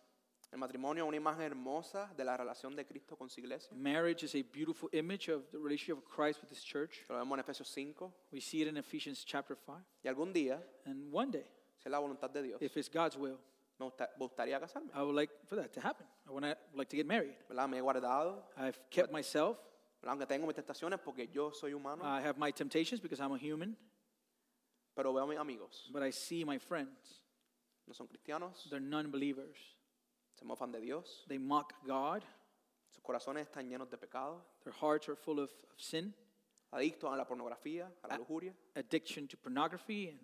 [SPEAKER 2] El matrimonio es una imagen hermosa de la relación de Cristo con su iglesia.
[SPEAKER 1] Marriage is a beautiful image of the relationship of Christ with His church.
[SPEAKER 2] Lo vemos en Efesios 5.
[SPEAKER 1] We see it in Ephesians chapter 5.
[SPEAKER 2] Y algún día,
[SPEAKER 1] And one day,
[SPEAKER 2] si es la voluntad de Dios,
[SPEAKER 1] if it's God's will,
[SPEAKER 2] me gusta- gustaría casarme.
[SPEAKER 1] I would like for that to happen. I want to like to get married.
[SPEAKER 2] ¿verdad? Me he guardado,
[SPEAKER 1] I've kept myself.
[SPEAKER 2] ¿verdad? aunque tengo mis tentaciones porque yo soy humano,
[SPEAKER 1] I have my temptations because I'm a human,
[SPEAKER 2] pero veo a mis amigos.
[SPEAKER 1] but I see my friends.
[SPEAKER 2] No son cristianos,
[SPEAKER 1] They're non-believers.
[SPEAKER 2] se mofan de Dios,
[SPEAKER 1] They mock God.
[SPEAKER 2] sus corazones están llenos de pecado,
[SPEAKER 1] Their hearts are full of, of sin,
[SPEAKER 2] adictos a la pornografía, a la
[SPEAKER 1] Ah.
[SPEAKER 2] lujuria,
[SPEAKER 1] addiction to pornography and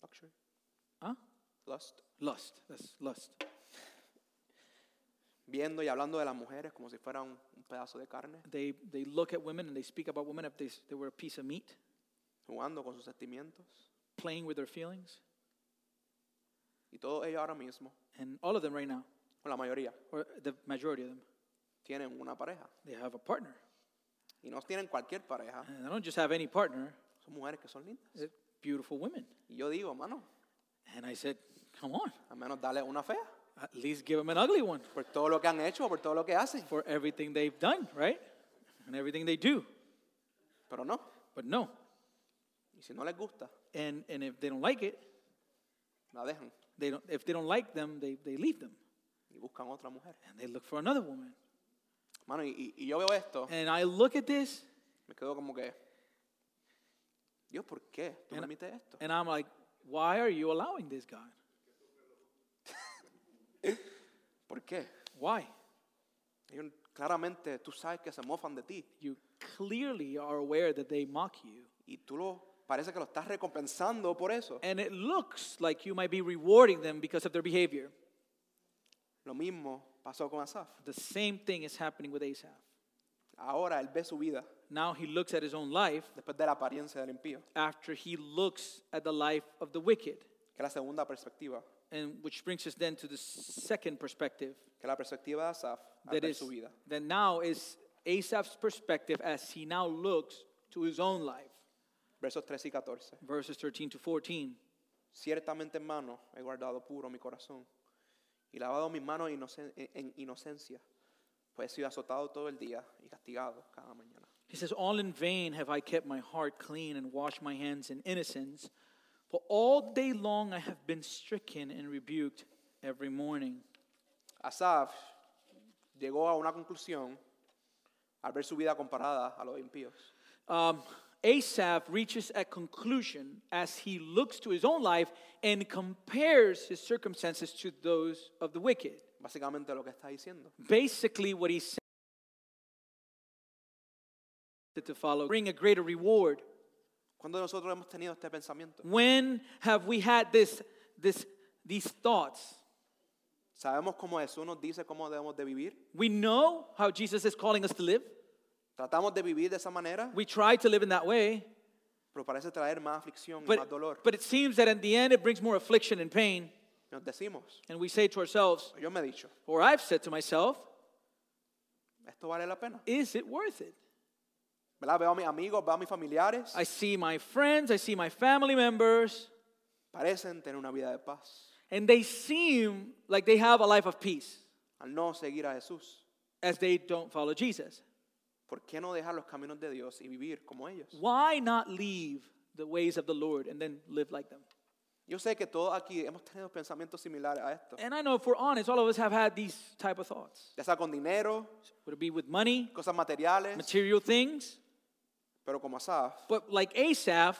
[SPEAKER 2] luxury,
[SPEAKER 1] huh?
[SPEAKER 2] lust,
[SPEAKER 1] lust. That's lust.
[SPEAKER 2] viendo y hablando de las mujeres como si fueran un, un pedazo de carne,
[SPEAKER 1] They, they look at women and they speak about women if they, they were a piece of meat,
[SPEAKER 2] jugando con sus sentimientos.
[SPEAKER 1] playing with their feelings.
[SPEAKER 2] Y todos ellos ahora mismo,
[SPEAKER 1] And all of them right now,
[SPEAKER 2] o la mayoría,
[SPEAKER 1] or the majority of them,
[SPEAKER 2] tienen una pareja.
[SPEAKER 1] they have a partner.
[SPEAKER 2] Y no tienen cualquier pareja,
[SPEAKER 1] And I don't just have any partner,
[SPEAKER 2] son mujeres que son lindas.
[SPEAKER 1] they're beautiful women.
[SPEAKER 2] Y yo digo, mano,
[SPEAKER 1] And I said, Come on,
[SPEAKER 2] al menos dale una fea
[SPEAKER 1] at least give them an ugly one
[SPEAKER 2] por todo lo que han hecho, por todo lo que hacen.
[SPEAKER 1] for everything they've done, right? And everything they do.
[SPEAKER 2] Pero no.
[SPEAKER 1] But no.
[SPEAKER 2] Y si no les gusta,
[SPEAKER 1] And, and if they don't like it,
[SPEAKER 2] la dejan
[SPEAKER 1] they don't, if they don't like them, they, they leave them
[SPEAKER 2] y buscan otra mujer.
[SPEAKER 1] and they look for another woman.
[SPEAKER 2] Mano, y- y, y yo veo esto,
[SPEAKER 1] And I look at this
[SPEAKER 2] me quedo como que, Dios, ¿por qué tú
[SPEAKER 1] And-
[SPEAKER 2] permites esto?
[SPEAKER 1] and I'm like, Why are you allowing this, God?
[SPEAKER 2] ¿Por qué?
[SPEAKER 1] Why?
[SPEAKER 2] Ellos claramente tú sabes que se mofan de ti
[SPEAKER 1] You clearly are aware that they mock you.
[SPEAKER 2] y tú lo parece que lo estás recompensando por eso.
[SPEAKER 1] And it looks like you might be rewarding them because of their behavior.
[SPEAKER 2] Lo mismo pasó con Asaf.
[SPEAKER 1] The same thing is happening with Asaph.
[SPEAKER 2] Ahora él ve su vida
[SPEAKER 1] Now he looks at his own life
[SPEAKER 2] después de la apariencia del impío,
[SPEAKER 1] after he looks at the life of the wicked.
[SPEAKER 2] que es la segunda perspectiva, que
[SPEAKER 1] And which brings us then to the second perspective
[SPEAKER 2] es la perspectiva de Asaf al
[SPEAKER 1] that
[SPEAKER 2] ver
[SPEAKER 1] is
[SPEAKER 2] su vida.
[SPEAKER 1] that now is Asaph's perspective as he now looks to his own life.
[SPEAKER 2] Versos 13 y 14.
[SPEAKER 1] Verses 13 to 14.
[SPEAKER 2] Ciertamente, hermano, he guardado puro mi corazón y lavado mis manos inocen- en- en inocencia, pues he sido azotado todo el día y castigado cada mañana.
[SPEAKER 1] He says, All in vain have I kept my heart clean and washed my hands in innocence, for all day long I have been stricken and rebuked every morning.
[SPEAKER 2] Asaf llegó a una conclusión al ver su vida comparada a los impíos.
[SPEAKER 1] Um, Asaph reaches a conclusion as he looks to his own life and compares his circumstances to those of the wicked.
[SPEAKER 2] Básicamente lo que está diciendo.
[SPEAKER 1] Basically, what he's saying to follow bring a greater reward.
[SPEAKER 2] Cuando nosotros hemos tenido este pensamiento,
[SPEAKER 1] When have we had this, this, these thoughts?
[SPEAKER 2] sabemos cómo Jesús nos dice cómo debemos de vivir.
[SPEAKER 1] We know how Jesus is calling us to live.
[SPEAKER 2] Tratamos de vivir de esa manera,
[SPEAKER 1] We try to live in that way,
[SPEAKER 2] pero parece traer más aflicción y más
[SPEAKER 1] but,
[SPEAKER 2] dolor.
[SPEAKER 1] but it seems that in the end it brings more affliction and pain.
[SPEAKER 2] Nos decimos,
[SPEAKER 1] And we say to ourselves,
[SPEAKER 2] yo me he dicho,
[SPEAKER 1] or I've said to myself,
[SPEAKER 2] esto vale la pena.
[SPEAKER 1] is it worth it?
[SPEAKER 2] ¿Verdad? Veo a mis amigos, veo a mis familiares,
[SPEAKER 1] I see my friends, I see my family members,
[SPEAKER 2] parecen tener una vida de paz
[SPEAKER 1] and they seem like they have a life of peace
[SPEAKER 2] al no seguir a Jesús.
[SPEAKER 1] as they don't follow Jesus.
[SPEAKER 2] ¿Por qué no dejar los caminos de Dios y vivir como ellos?
[SPEAKER 1] Why not leave the ways of the Lord and then live like them?
[SPEAKER 2] Yo sé que todos aquí hemos tenido pensamientos similares a esto.
[SPEAKER 1] And I know if we're honest, all of us have had these type of thoughts.
[SPEAKER 2] Ya sea con dinero,
[SPEAKER 1] Would it be with money,
[SPEAKER 2] cosas materiales,
[SPEAKER 1] material things?
[SPEAKER 2] pero como Asaf,
[SPEAKER 1] But like Asaph,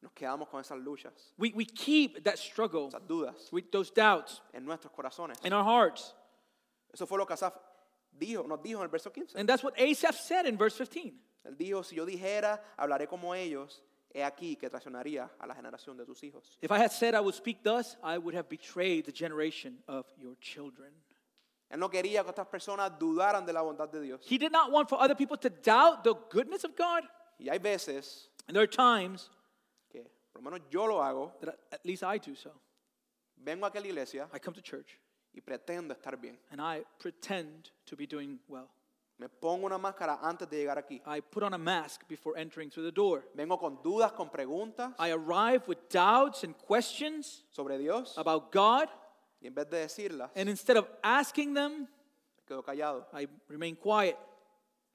[SPEAKER 2] nos quedamos con esas luchas,
[SPEAKER 1] we, we keep that struggle,
[SPEAKER 2] esas dudas
[SPEAKER 1] with those doubts
[SPEAKER 2] en nuestros corazones.
[SPEAKER 1] in our hearts.
[SPEAKER 2] Eso fue lo que Asaf dijo, nos dijo en el verso 15.
[SPEAKER 1] And that's what Asaph said in verse 15.
[SPEAKER 2] Él dijo, si yo dijera, hablaré como ellos, he aquí que traicionaría a la generación de tus hijos.
[SPEAKER 1] If I had said I would speak thus, I would have betrayed the generation of your children.
[SPEAKER 2] Él no quería que estas personas dudaran de la bondad de Dios.
[SPEAKER 1] He did not want for other people to doubt the goodness of God.
[SPEAKER 2] Y hay veces
[SPEAKER 1] And there are times
[SPEAKER 2] que, por lo menos yo lo hago,
[SPEAKER 1] that I- at least I do so.
[SPEAKER 2] vengo a aquella iglesia
[SPEAKER 1] I come to church
[SPEAKER 2] y pretendo estar bien.
[SPEAKER 1] and I pretend to be doing well.
[SPEAKER 2] Me pongo una máscara antes de llegar aquí.
[SPEAKER 1] I put on a mask before entering through the door.
[SPEAKER 2] Vengo con dudas, con preguntas
[SPEAKER 1] I arrive with doubts and questions
[SPEAKER 2] sobre Dios
[SPEAKER 1] about God,
[SPEAKER 2] y en vez de decirlas,
[SPEAKER 1] and instead of asking them,
[SPEAKER 2] me quedo callado.
[SPEAKER 1] I remain quiet.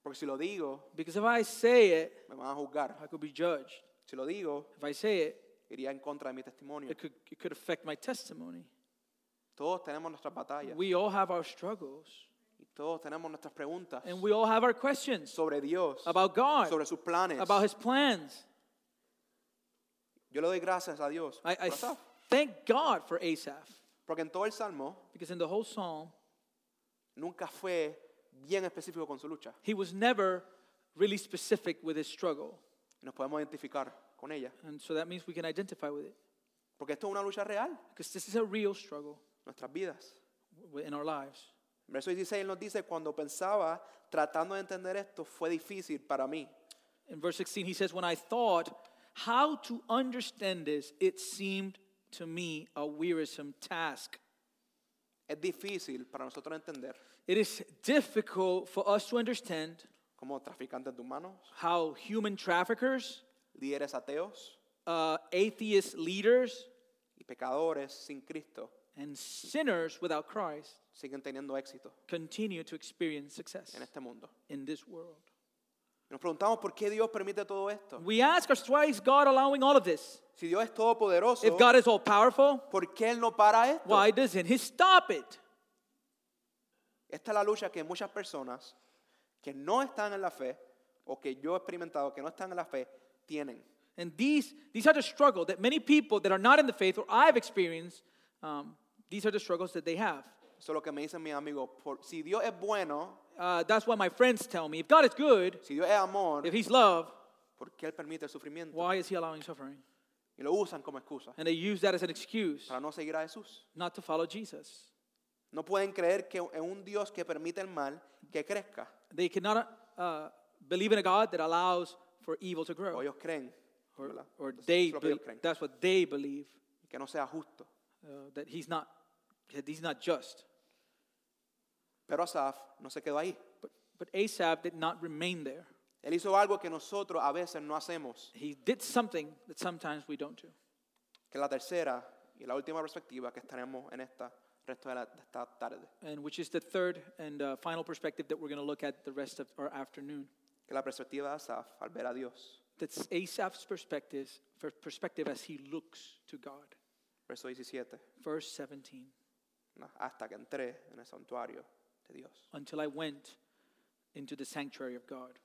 [SPEAKER 2] Porque si lo digo,
[SPEAKER 1] Because if I say it,
[SPEAKER 2] me van a juzgar.
[SPEAKER 1] I could be judged.
[SPEAKER 2] Si lo digo,
[SPEAKER 1] If I say it,
[SPEAKER 2] iría en contra de mi testimonio.
[SPEAKER 1] it could, it could affect my testimony.
[SPEAKER 2] Todos tenemos nuestras batallas
[SPEAKER 1] We all have our struggles,
[SPEAKER 2] y todos tenemos nuestras preguntas
[SPEAKER 1] and we all have our questions
[SPEAKER 2] sobre Dios,
[SPEAKER 1] about God,
[SPEAKER 2] sobre sus planes.
[SPEAKER 1] about His plans.
[SPEAKER 2] Yo le doy gracias a Dios
[SPEAKER 1] I, I
[SPEAKER 2] por Asaf,
[SPEAKER 1] thank God for Asaph,
[SPEAKER 2] porque en todo el salmo
[SPEAKER 1] because in the whole psalm,
[SPEAKER 2] nunca fue bien específico con su lucha.
[SPEAKER 1] he was never really specific with his struggle.
[SPEAKER 2] Y nos podemos identificar con ella,
[SPEAKER 1] And so that means we can identify with it,
[SPEAKER 2] porque esto es una lucha real,
[SPEAKER 1] because this is a real struggle
[SPEAKER 2] nuestras vidas.
[SPEAKER 1] w- in our lives.
[SPEAKER 2] Verso 16 nos dice, cuando pensaba tratando de entender esto, fue difícil para mí.
[SPEAKER 1] In verse 16, he says, When I thought how to understand this, it seemed to me a wearisome task.
[SPEAKER 2] Es difícil para nosotros entender
[SPEAKER 1] It is difficult for us to understand
[SPEAKER 2] como traficantes de humanos,
[SPEAKER 1] how human traffickers,
[SPEAKER 2] líderes ateos
[SPEAKER 1] uh, atheist leaders,
[SPEAKER 2] y pecadores sin Cristo
[SPEAKER 1] and sinners without Christ
[SPEAKER 2] siguen teniendo éxito
[SPEAKER 1] continue to experience success
[SPEAKER 2] en este mundo.
[SPEAKER 1] in this world.
[SPEAKER 2] Nos preguntamos por qué Dios permite todo esto.
[SPEAKER 1] We ask ourselves, why is God allowing all of this?
[SPEAKER 2] Si Dios es todopoderoso,
[SPEAKER 1] If God is all powerful,
[SPEAKER 2] ¿por qué Él no para esto?
[SPEAKER 1] why doesn't He stop it?
[SPEAKER 2] Esta es la lucha que muchas personas que no están en la fe o que yo he experimentado que no están en la fe tienen.
[SPEAKER 1] And these, these are the struggle that many people that are not in the faith or I've experienced, um, these are the struggles that they have.
[SPEAKER 2] Eso es lo que me dicen mis amigos. Por- si Dios es bueno,
[SPEAKER 1] Uh, that's why my friends tell me if God is good,
[SPEAKER 2] si Dios es amor,
[SPEAKER 1] if He's love,
[SPEAKER 2] ¿por qué Él permite el sufrimiento?
[SPEAKER 1] why is He allowing suffering?
[SPEAKER 2] Y lo usan como excusa
[SPEAKER 1] And they use that as an excuse
[SPEAKER 2] para no seguir a Jesús.
[SPEAKER 1] not to follow Jesus.
[SPEAKER 2] No pueden creer que en un Dios que permite el mal que crezca.
[SPEAKER 1] They cannot uh, believe in a God that allows for evil to
[SPEAKER 2] O
[SPEAKER 1] grow.
[SPEAKER 2] ellos creen
[SPEAKER 1] Or,
[SPEAKER 2] ¿verdad?
[SPEAKER 1] or
[SPEAKER 2] Eso es
[SPEAKER 1] they
[SPEAKER 2] lo que ellos
[SPEAKER 1] be-
[SPEAKER 2] creen,
[SPEAKER 1] that's what they believe,
[SPEAKER 2] que no sea justo.
[SPEAKER 1] uh, that he's not, that he's not just.
[SPEAKER 2] Pero Asaf no se quedó ahí.
[SPEAKER 1] But, but Asaph did not remain there.
[SPEAKER 2] Él hizo algo que nosotros a veces no hacemos,
[SPEAKER 1] He did something that sometimes we don't do.
[SPEAKER 2] que es la tercera y la última perspectiva que estaremos en esta resto de, la- de esta tarde,
[SPEAKER 1] and which is the third and uh, final perspective that we're going to look at the rest of our afternoon.
[SPEAKER 2] que es la perspectiva de Asaf al ver a Dios.
[SPEAKER 1] That's Asaph's perspective, per- perspective as he looks to God.
[SPEAKER 2] Verso 17.
[SPEAKER 1] Verse 17
[SPEAKER 2] No, Hasta que entré en el santuario de Dios.
[SPEAKER 1] Until I went into the sanctuary of God.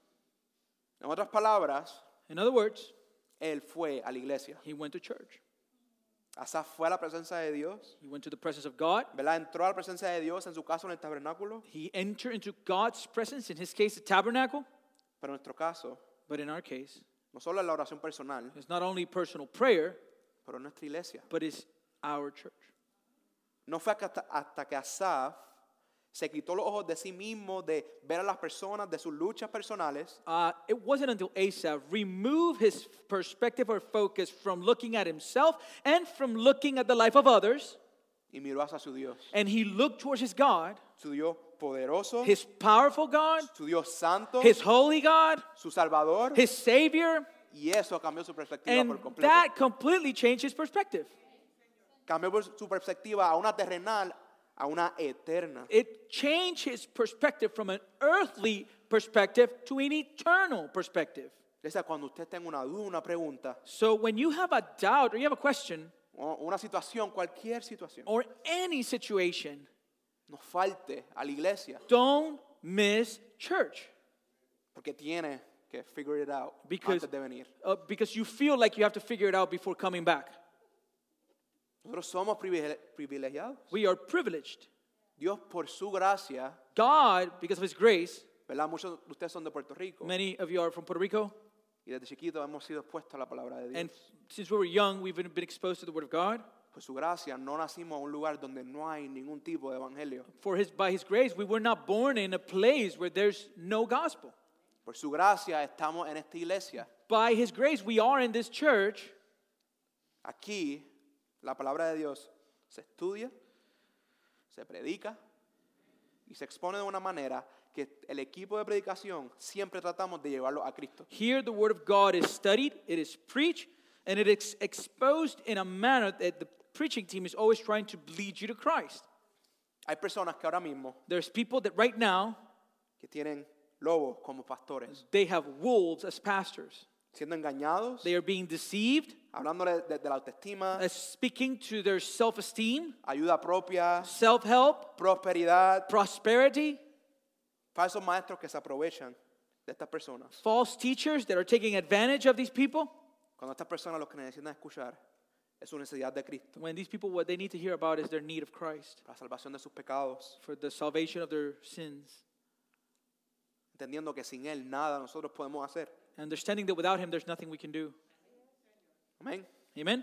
[SPEAKER 2] En otras palabras,
[SPEAKER 1] In other words,
[SPEAKER 2] Él fue a la iglesia.
[SPEAKER 1] he went to church.
[SPEAKER 2] Asaf fue a la presencia de Dios.
[SPEAKER 1] He went to the presence of God.
[SPEAKER 2] ¿Verdad? Entró a la presencia de Dios en su caso en el tabernáculo.
[SPEAKER 1] He entered into God's presence, in his case, the tabernacle.
[SPEAKER 2] Pero en nuestro caso,
[SPEAKER 1] But in our case,
[SPEAKER 2] no solo es la oración personal,
[SPEAKER 1] it's not only personal prayer,
[SPEAKER 2] pero en nuestra iglesia.
[SPEAKER 1] but it's our church.
[SPEAKER 2] No fue hasta, hasta que Asaf se quitó los ojos de sí mismo, de ver a las personas, de sus luchas personales,
[SPEAKER 1] Uh, it wasn't until Asaph removed his perspective or focus from looking at himself and from looking at the life of others,
[SPEAKER 2] y miró hacia su Dios.
[SPEAKER 1] and he looked towards his God,
[SPEAKER 2] Su Dios poderoso,
[SPEAKER 1] his powerful God,
[SPEAKER 2] su Dios santo,
[SPEAKER 1] his holy God,
[SPEAKER 2] su Salvador,
[SPEAKER 1] his Savior,
[SPEAKER 2] y eso cambió su perspectiva
[SPEAKER 1] and
[SPEAKER 2] por completo.
[SPEAKER 1] that completely changed his perspective.
[SPEAKER 2] Cambió por su perspectiva a una terrenal a una eterna.
[SPEAKER 1] It changed his perspective from an earthly perspective to an eternal perspective.
[SPEAKER 2] O sea, cuando usted tenga una duda, una pregunta,
[SPEAKER 1] So when you have a doubt or you have a question
[SPEAKER 2] o una situación, cualquier situación,
[SPEAKER 1] or any situation,
[SPEAKER 2] nos falte a la iglesia,
[SPEAKER 1] don't miss church
[SPEAKER 2] porque tiene que figure it out
[SPEAKER 1] because,
[SPEAKER 2] antes de venir.
[SPEAKER 1] uh, because you feel like you have to figure it out before coming back.
[SPEAKER 2] Nosotros somos privile- privilegiados.
[SPEAKER 1] We are privileged.
[SPEAKER 2] Dios por su gracia,
[SPEAKER 1] God, because of his grace,
[SPEAKER 2] ¿verdad? Muchos de ustedes son de Puerto Rico
[SPEAKER 1] many of you are from Puerto Rico,
[SPEAKER 2] y desde chiquitos hemos sido expuestos a la palabra de Dios.
[SPEAKER 1] and since we were young, we've been been exposed to the Word of God.
[SPEAKER 2] por su gracia no nacimos a un lugar donde no hay ningún tipo de evangelio.
[SPEAKER 1] For his, by his grace, we were not born in a place where there's no gospel.
[SPEAKER 2] Por su gracia estamos en esta iglesia.
[SPEAKER 1] By his grace, we are in this church.
[SPEAKER 2] Aquí la palabra de Dios se estudia, se predica y se expone de una manera que el equipo de predicación siempre tratamos de llevarlo a Cristo.
[SPEAKER 1] Here, the Word of God is studied, it is preached, and it is exposed in a manner that the preaching team is always trying to lead you to Christ.
[SPEAKER 2] Hay personas que ahora mismo
[SPEAKER 1] There's people that right now
[SPEAKER 2] que tienen lobos como pastores,
[SPEAKER 1] they have wolves as pastors.
[SPEAKER 2] siendo engañados,
[SPEAKER 1] They are being deceived,
[SPEAKER 2] hablándole de, de la autoestima,
[SPEAKER 1] as speaking to their self esteem,
[SPEAKER 2] ayuda propia,
[SPEAKER 1] self help,
[SPEAKER 2] prosperidad,
[SPEAKER 1] prosperity,
[SPEAKER 2] falsos maestros que se aprovechan de estas personas.
[SPEAKER 1] false teachers that are taking advantage of these people.
[SPEAKER 2] Cuando estas personas lo que necesitan escuchar es su necesidad de Cristo
[SPEAKER 1] When these people, what they need to hear about is their need of Christ
[SPEAKER 2] para la salvación de sus pecados,
[SPEAKER 1] for the salvation of their sins,
[SPEAKER 2] entendiendo que sin Él nada nosotros podemos hacer.
[SPEAKER 1] understanding that without Him, there's nothing we can do.
[SPEAKER 2] Amén.
[SPEAKER 1] Amen?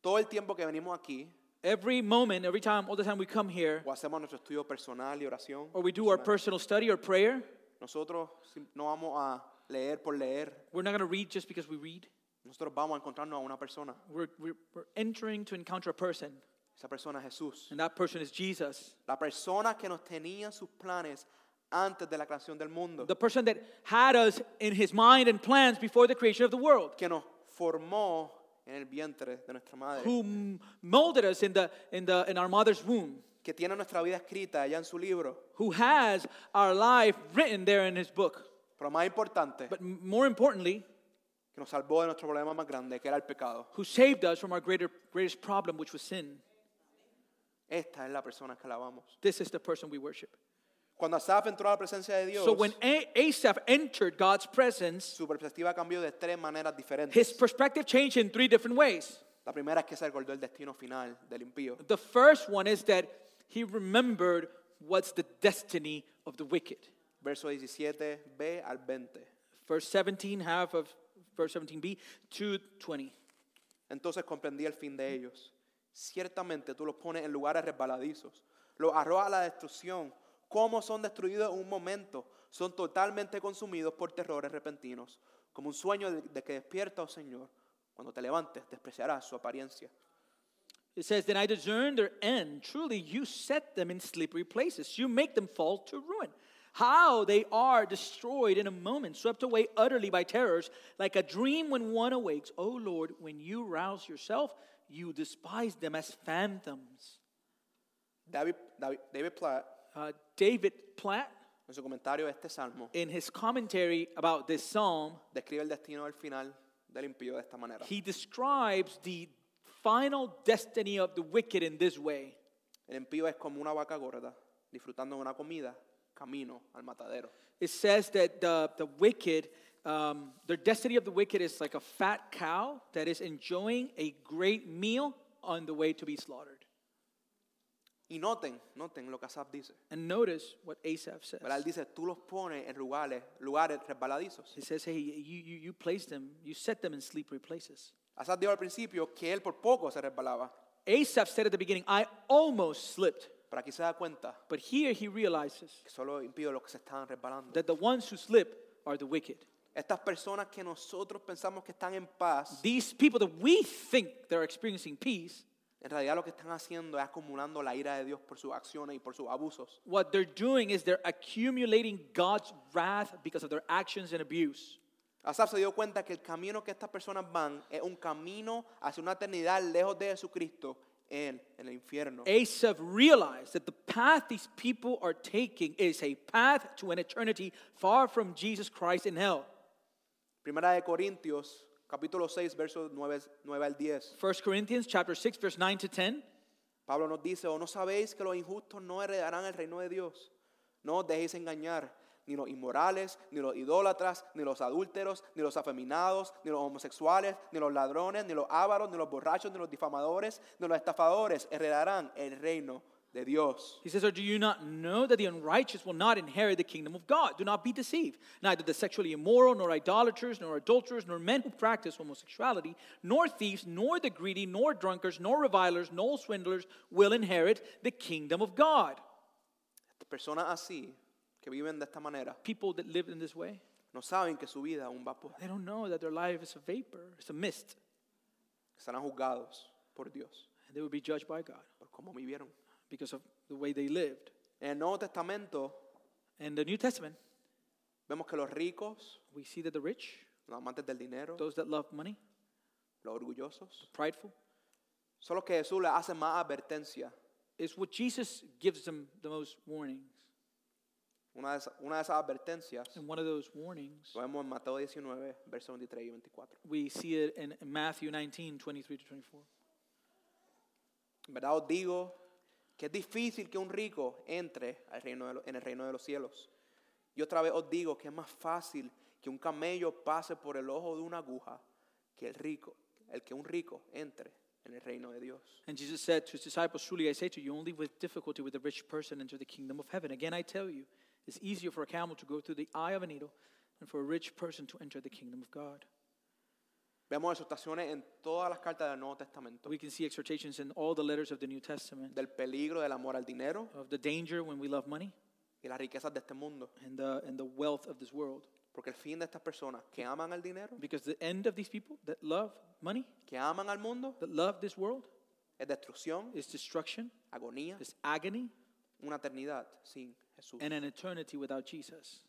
[SPEAKER 2] Todo el tiempo que venimos aquí
[SPEAKER 1] Every moment, every time, all the time we come here,
[SPEAKER 2] o hacemos nuestro estudio personal y oración,
[SPEAKER 1] or we do our personal study or prayer,
[SPEAKER 2] nosotros sim- no vamos a leer por leer,
[SPEAKER 1] we're not going to read just because we read.
[SPEAKER 2] nosotros vamos a encontrarnos a una persona.
[SPEAKER 1] We're, we're, we're entering to encounter a person,
[SPEAKER 2] Esa persona es Jesús.
[SPEAKER 1] and that person is Jesus.
[SPEAKER 2] La persona que nos tenía en sus planes antes de la creación del mundo,
[SPEAKER 1] the person that had us in his mind and plans before the creation of the world,
[SPEAKER 2] que nos formó en el vientre de nuestra madre,
[SPEAKER 1] who m- molded us in, the, in, the, in our mother's womb,
[SPEAKER 2] que tiene nuestra vida escrita allá en su libro.
[SPEAKER 1] who has our life written there in his book.
[SPEAKER 2] Pero más importante,
[SPEAKER 1] But m- more importantly,
[SPEAKER 2] que nos salvó de nuestro problema más grande, que era el pecado.
[SPEAKER 1] who saved us from our greater, greatest problem, which was sin.
[SPEAKER 2] Esta es la persona que alabamos.
[SPEAKER 1] This is the person we worship.
[SPEAKER 2] Cuando Asaf entró a la presencia de Dios,
[SPEAKER 1] So when a- Asaph entered God's presence,
[SPEAKER 2] su perspectiva cambió de tres maneras diferentes.
[SPEAKER 1] his perspective changed in three different ways.
[SPEAKER 2] La primera es que se recordó el destino final del impío.
[SPEAKER 1] The first one is that he remembered what's the destiny of the wicked.
[SPEAKER 2] Verso 17b al 20.
[SPEAKER 1] verse 17 half of verse 17b to 20
[SPEAKER 2] Entonces comprendí el fin de ellos. Ciertamente tú los pones en lugares resbaladizos, los arrojas a la destrucción. ¿Cómo son destruidos en un momento? Son totalmente consumidos por terrores repentinos, como un sueño de, de que despierta, oh Señor. Cuando te levantes, despreciarás su apariencia.
[SPEAKER 1] it says then i discern their end truly you set them in slippery places you make them fall to ruin how they are destroyed in a moment swept away utterly by terrors like a dream when one awakes o lord when you rouse yourself you despise them as phantoms
[SPEAKER 2] David, David, David Platt,
[SPEAKER 1] uh, david platt
[SPEAKER 2] en su comentario de este salmo,
[SPEAKER 1] in his commentary about this psalm
[SPEAKER 2] describe el destino del final del impío de esta manera.
[SPEAKER 1] he describes the final destiny of the wicked in this way
[SPEAKER 2] El impío es como una vaca gorda, disfrutando de una comida, camino al matadero.
[SPEAKER 1] it says that the, the wicked um, the destiny of the wicked is like a fat cow that is enjoying a great meal on the way to be slaughtered.
[SPEAKER 2] Y noten, noten lo que Asaf dice.
[SPEAKER 1] And notice what Asaph says.
[SPEAKER 2] ¿verdad? Él dice, tú los pones en lugares, lugares resbaladizos.
[SPEAKER 1] He says, hey, you, you, you place them, you set them in sleepy places.
[SPEAKER 2] Asaf dijo al principio que él por poco se resbalaba,
[SPEAKER 1] Asaph said at the beginning, I almost slipped.
[SPEAKER 2] pero aquí se da cuenta
[SPEAKER 1] But here he realizes
[SPEAKER 2] que solo impide los que se están resbalando.
[SPEAKER 1] that the ones who slip are the wicked.
[SPEAKER 2] Estas personas que nosotros pensamos que están en paz,
[SPEAKER 1] These people that we think they're experiencing peace,
[SPEAKER 2] en realidad lo que están haciendo es acumulando la ira de Dios por sus acciones y por sus abusos.
[SPEAKER 1] what they're doing is they're accumulating God's wrath because of their actions and abuse.
[SPEAKER 2] Asaf se dio cuenta que el camino que estas personas van es un camino hacia una eternidad lejos de Jesucristo en, en el infierno.
[SPEAKER 1] Asaph realized that the path these people are taking is a path to an eternity far from Jesus Christ in hell.
[SPEAKER 2] Primera de Corintios, capítulo 6, versos 9, 9 al 10.
[SPEAKER 1] 1 Corinthians chapter 6 verse 9 to 10.
[SPEAKER 2] Pablo nos dice, o no sabéis que los injustos no heredarán el reino de Dios. No os dejéis engañar, ni los inmorales, ni los idólatras, ni los adúlteros, ni los afeminados, ni los homosexuales, ni los ladrones, ni los ávaros, ni los borrachos, ni los difamadores, ni los estafadores heredarán el reino de Dios.
[SPEAKER 1] He says, Or do you not know that the unrighteous will not inherit the kingdom of God? Do not be deceived. Neither the sexually immoral, nor idolaters, nor adulterers, nor men who practice homosexuality, nor thieves, nor the greedy, nor drunkards, nor revilers, nor swindlers will inherit the kingdom of God.
[SPEAKER 2] Personas así, que viven de esta manera,
[SPEAKER 1] People that live in this way,
[SPEAKER 2] no saben que su vida es un vapor,
[SPEAKER 1] they don't know that their life is a vapor, it's a mist.
[SPEAKER 2] serán juzgados por Dios,
[SPEAKER 1] And they will be judged by God
[SPEAKER 2] por cómo vivieron.
[SPEAKER 1] because of the way they lived.
[SPEAKER 2] En el Nuevo Testamento
[SPEAKER 1] In the New Testament,
[SPEAKER 2] vemos que los ricos,
[SPEAKER 1] we see that the rich,
[SPEAKER 2] los amantes del dinero,
[SPEAKER 1] those that love money,
[SPEAKER 2] los orgullosos,
[SPEAKER 1] prideful,
[SPEAKER 2] son los que Jesús les hace más advertencia.
[SPEAKER 1] is what Jesus gives them the most warnings.
[SPEAKER 2] Una de, esa- una de esas advertencias
[SPEAKER 1] And one of those warnings,
[SPEAKER 2] lo vemos en Mateo 19, versos 23 y 24.
[SPEAKER 1] we see it in Matthew 19, 23 to 24.
[SPEAKER 2] En verdad os digo que es difícil que un rico entre al reino de lo- en el reino de los cielos. Y otra vez os digo que es más fácil que un camello pase por el ojo de una aguja que el rico, el que un rico entre en el reino de Dios.
[SPEAKER 1] And Jesus said to his disciples, Truly I say to you, only with difficulty with the rich person enter the kingdom of heaven. Again, I tell you, it's easier for a camel to go through the eye of a needle than for a rich person to enter the kingdom of God.
[SPEAKER 2] Vemos exhortaciones en todas las cartas del Nuevo Testamento
[SPEAKER 1] We can see exhortations in all the letters of the New Testament
[SPEAKER 2] del peligro del amor al dinero
[SPEAKER 1] of the danger when we love money
[SPEAKER 2] y las riquezas de este mundo.
[SPEAKER 1] and the, and the wealth of this world.
[SPEAKER 2] Porque el fin de estas personas que aman al dinero,
[SPEAKER 1] Because the end of these people that love money,
[SPEAKER 2] que aman al mundo,
[SPEAKER 1] that love this world,
[SPEAKER 2] es destrucción,
[SPEAKER 1] is destruction,
[SPEAKER 2] agonía,
[SPEAKER 1] is agony,
[SPEAKER 2] una eternidad sin Jesús.
[SPEAKER 1] and an eternity without Jesus.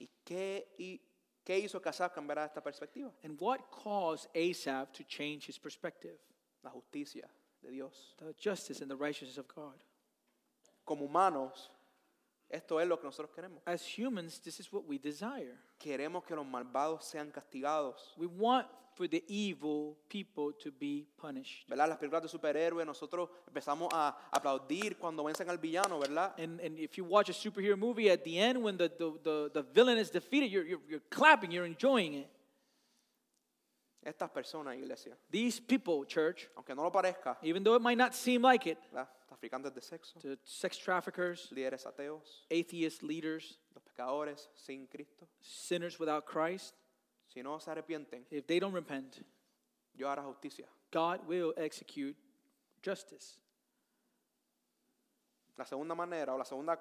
[SPEAKER 2] ¿Y qué, y qué hizo que Asaf cambiara esta perspectiva?
[SPEAKER 1] And what caused Asaph to change his perspective?
[SPEAKER 2] La justicia de Dios.
[SPEAKER 1] The justice and the righteousness of God.
[SPEAKER 2] Como humanos, esto es lo que nosotros queremos.
[SPEAKER 1] As humans, this is what we desire.
[SPEAKER 2] Queremos que los malvados sean castigados.
[SPEAKER 1] We want for the evil people to be punished.
[SPEAKER 2] ¿Verdad? Las películas de superhéroes, nosotros empezamos a aplaudir cuando vencen al villano, ¿verdad?
[SPEAKER 1] And, and if you watch a superhero movie, at the end, when the, the, the, the villain is defeated, you're, you're, you're clapping, you're enjoying it.
[SPEAKER 2] Estas personas, iglesia,
[SPEAKER 1] These people, church,
[SPEAKER 2] aunque no lo parezca,
[SPEAKER 1] even though it might not seem like it,
[SPEAKER 2] ¿verdad? traficantes de sexo,
[SPEAKER 1] the sex traffickers,
[SPEAKER 2] líderes ateos,
[SPEAKER 1] atheist leaders,
[SPEAKER 2] los pecadores sin Cristo,
[SPEAKER 1] sinners without Christ,
[SPEAKER 2] si no se arrepienten,
[SPEAKER 1] if they don't repent,
[SPEAKER 2] yo hará justicia.
[SPEAKER 1] God will execute justice.
[SPEAKER 2] La segunda manera o la segunda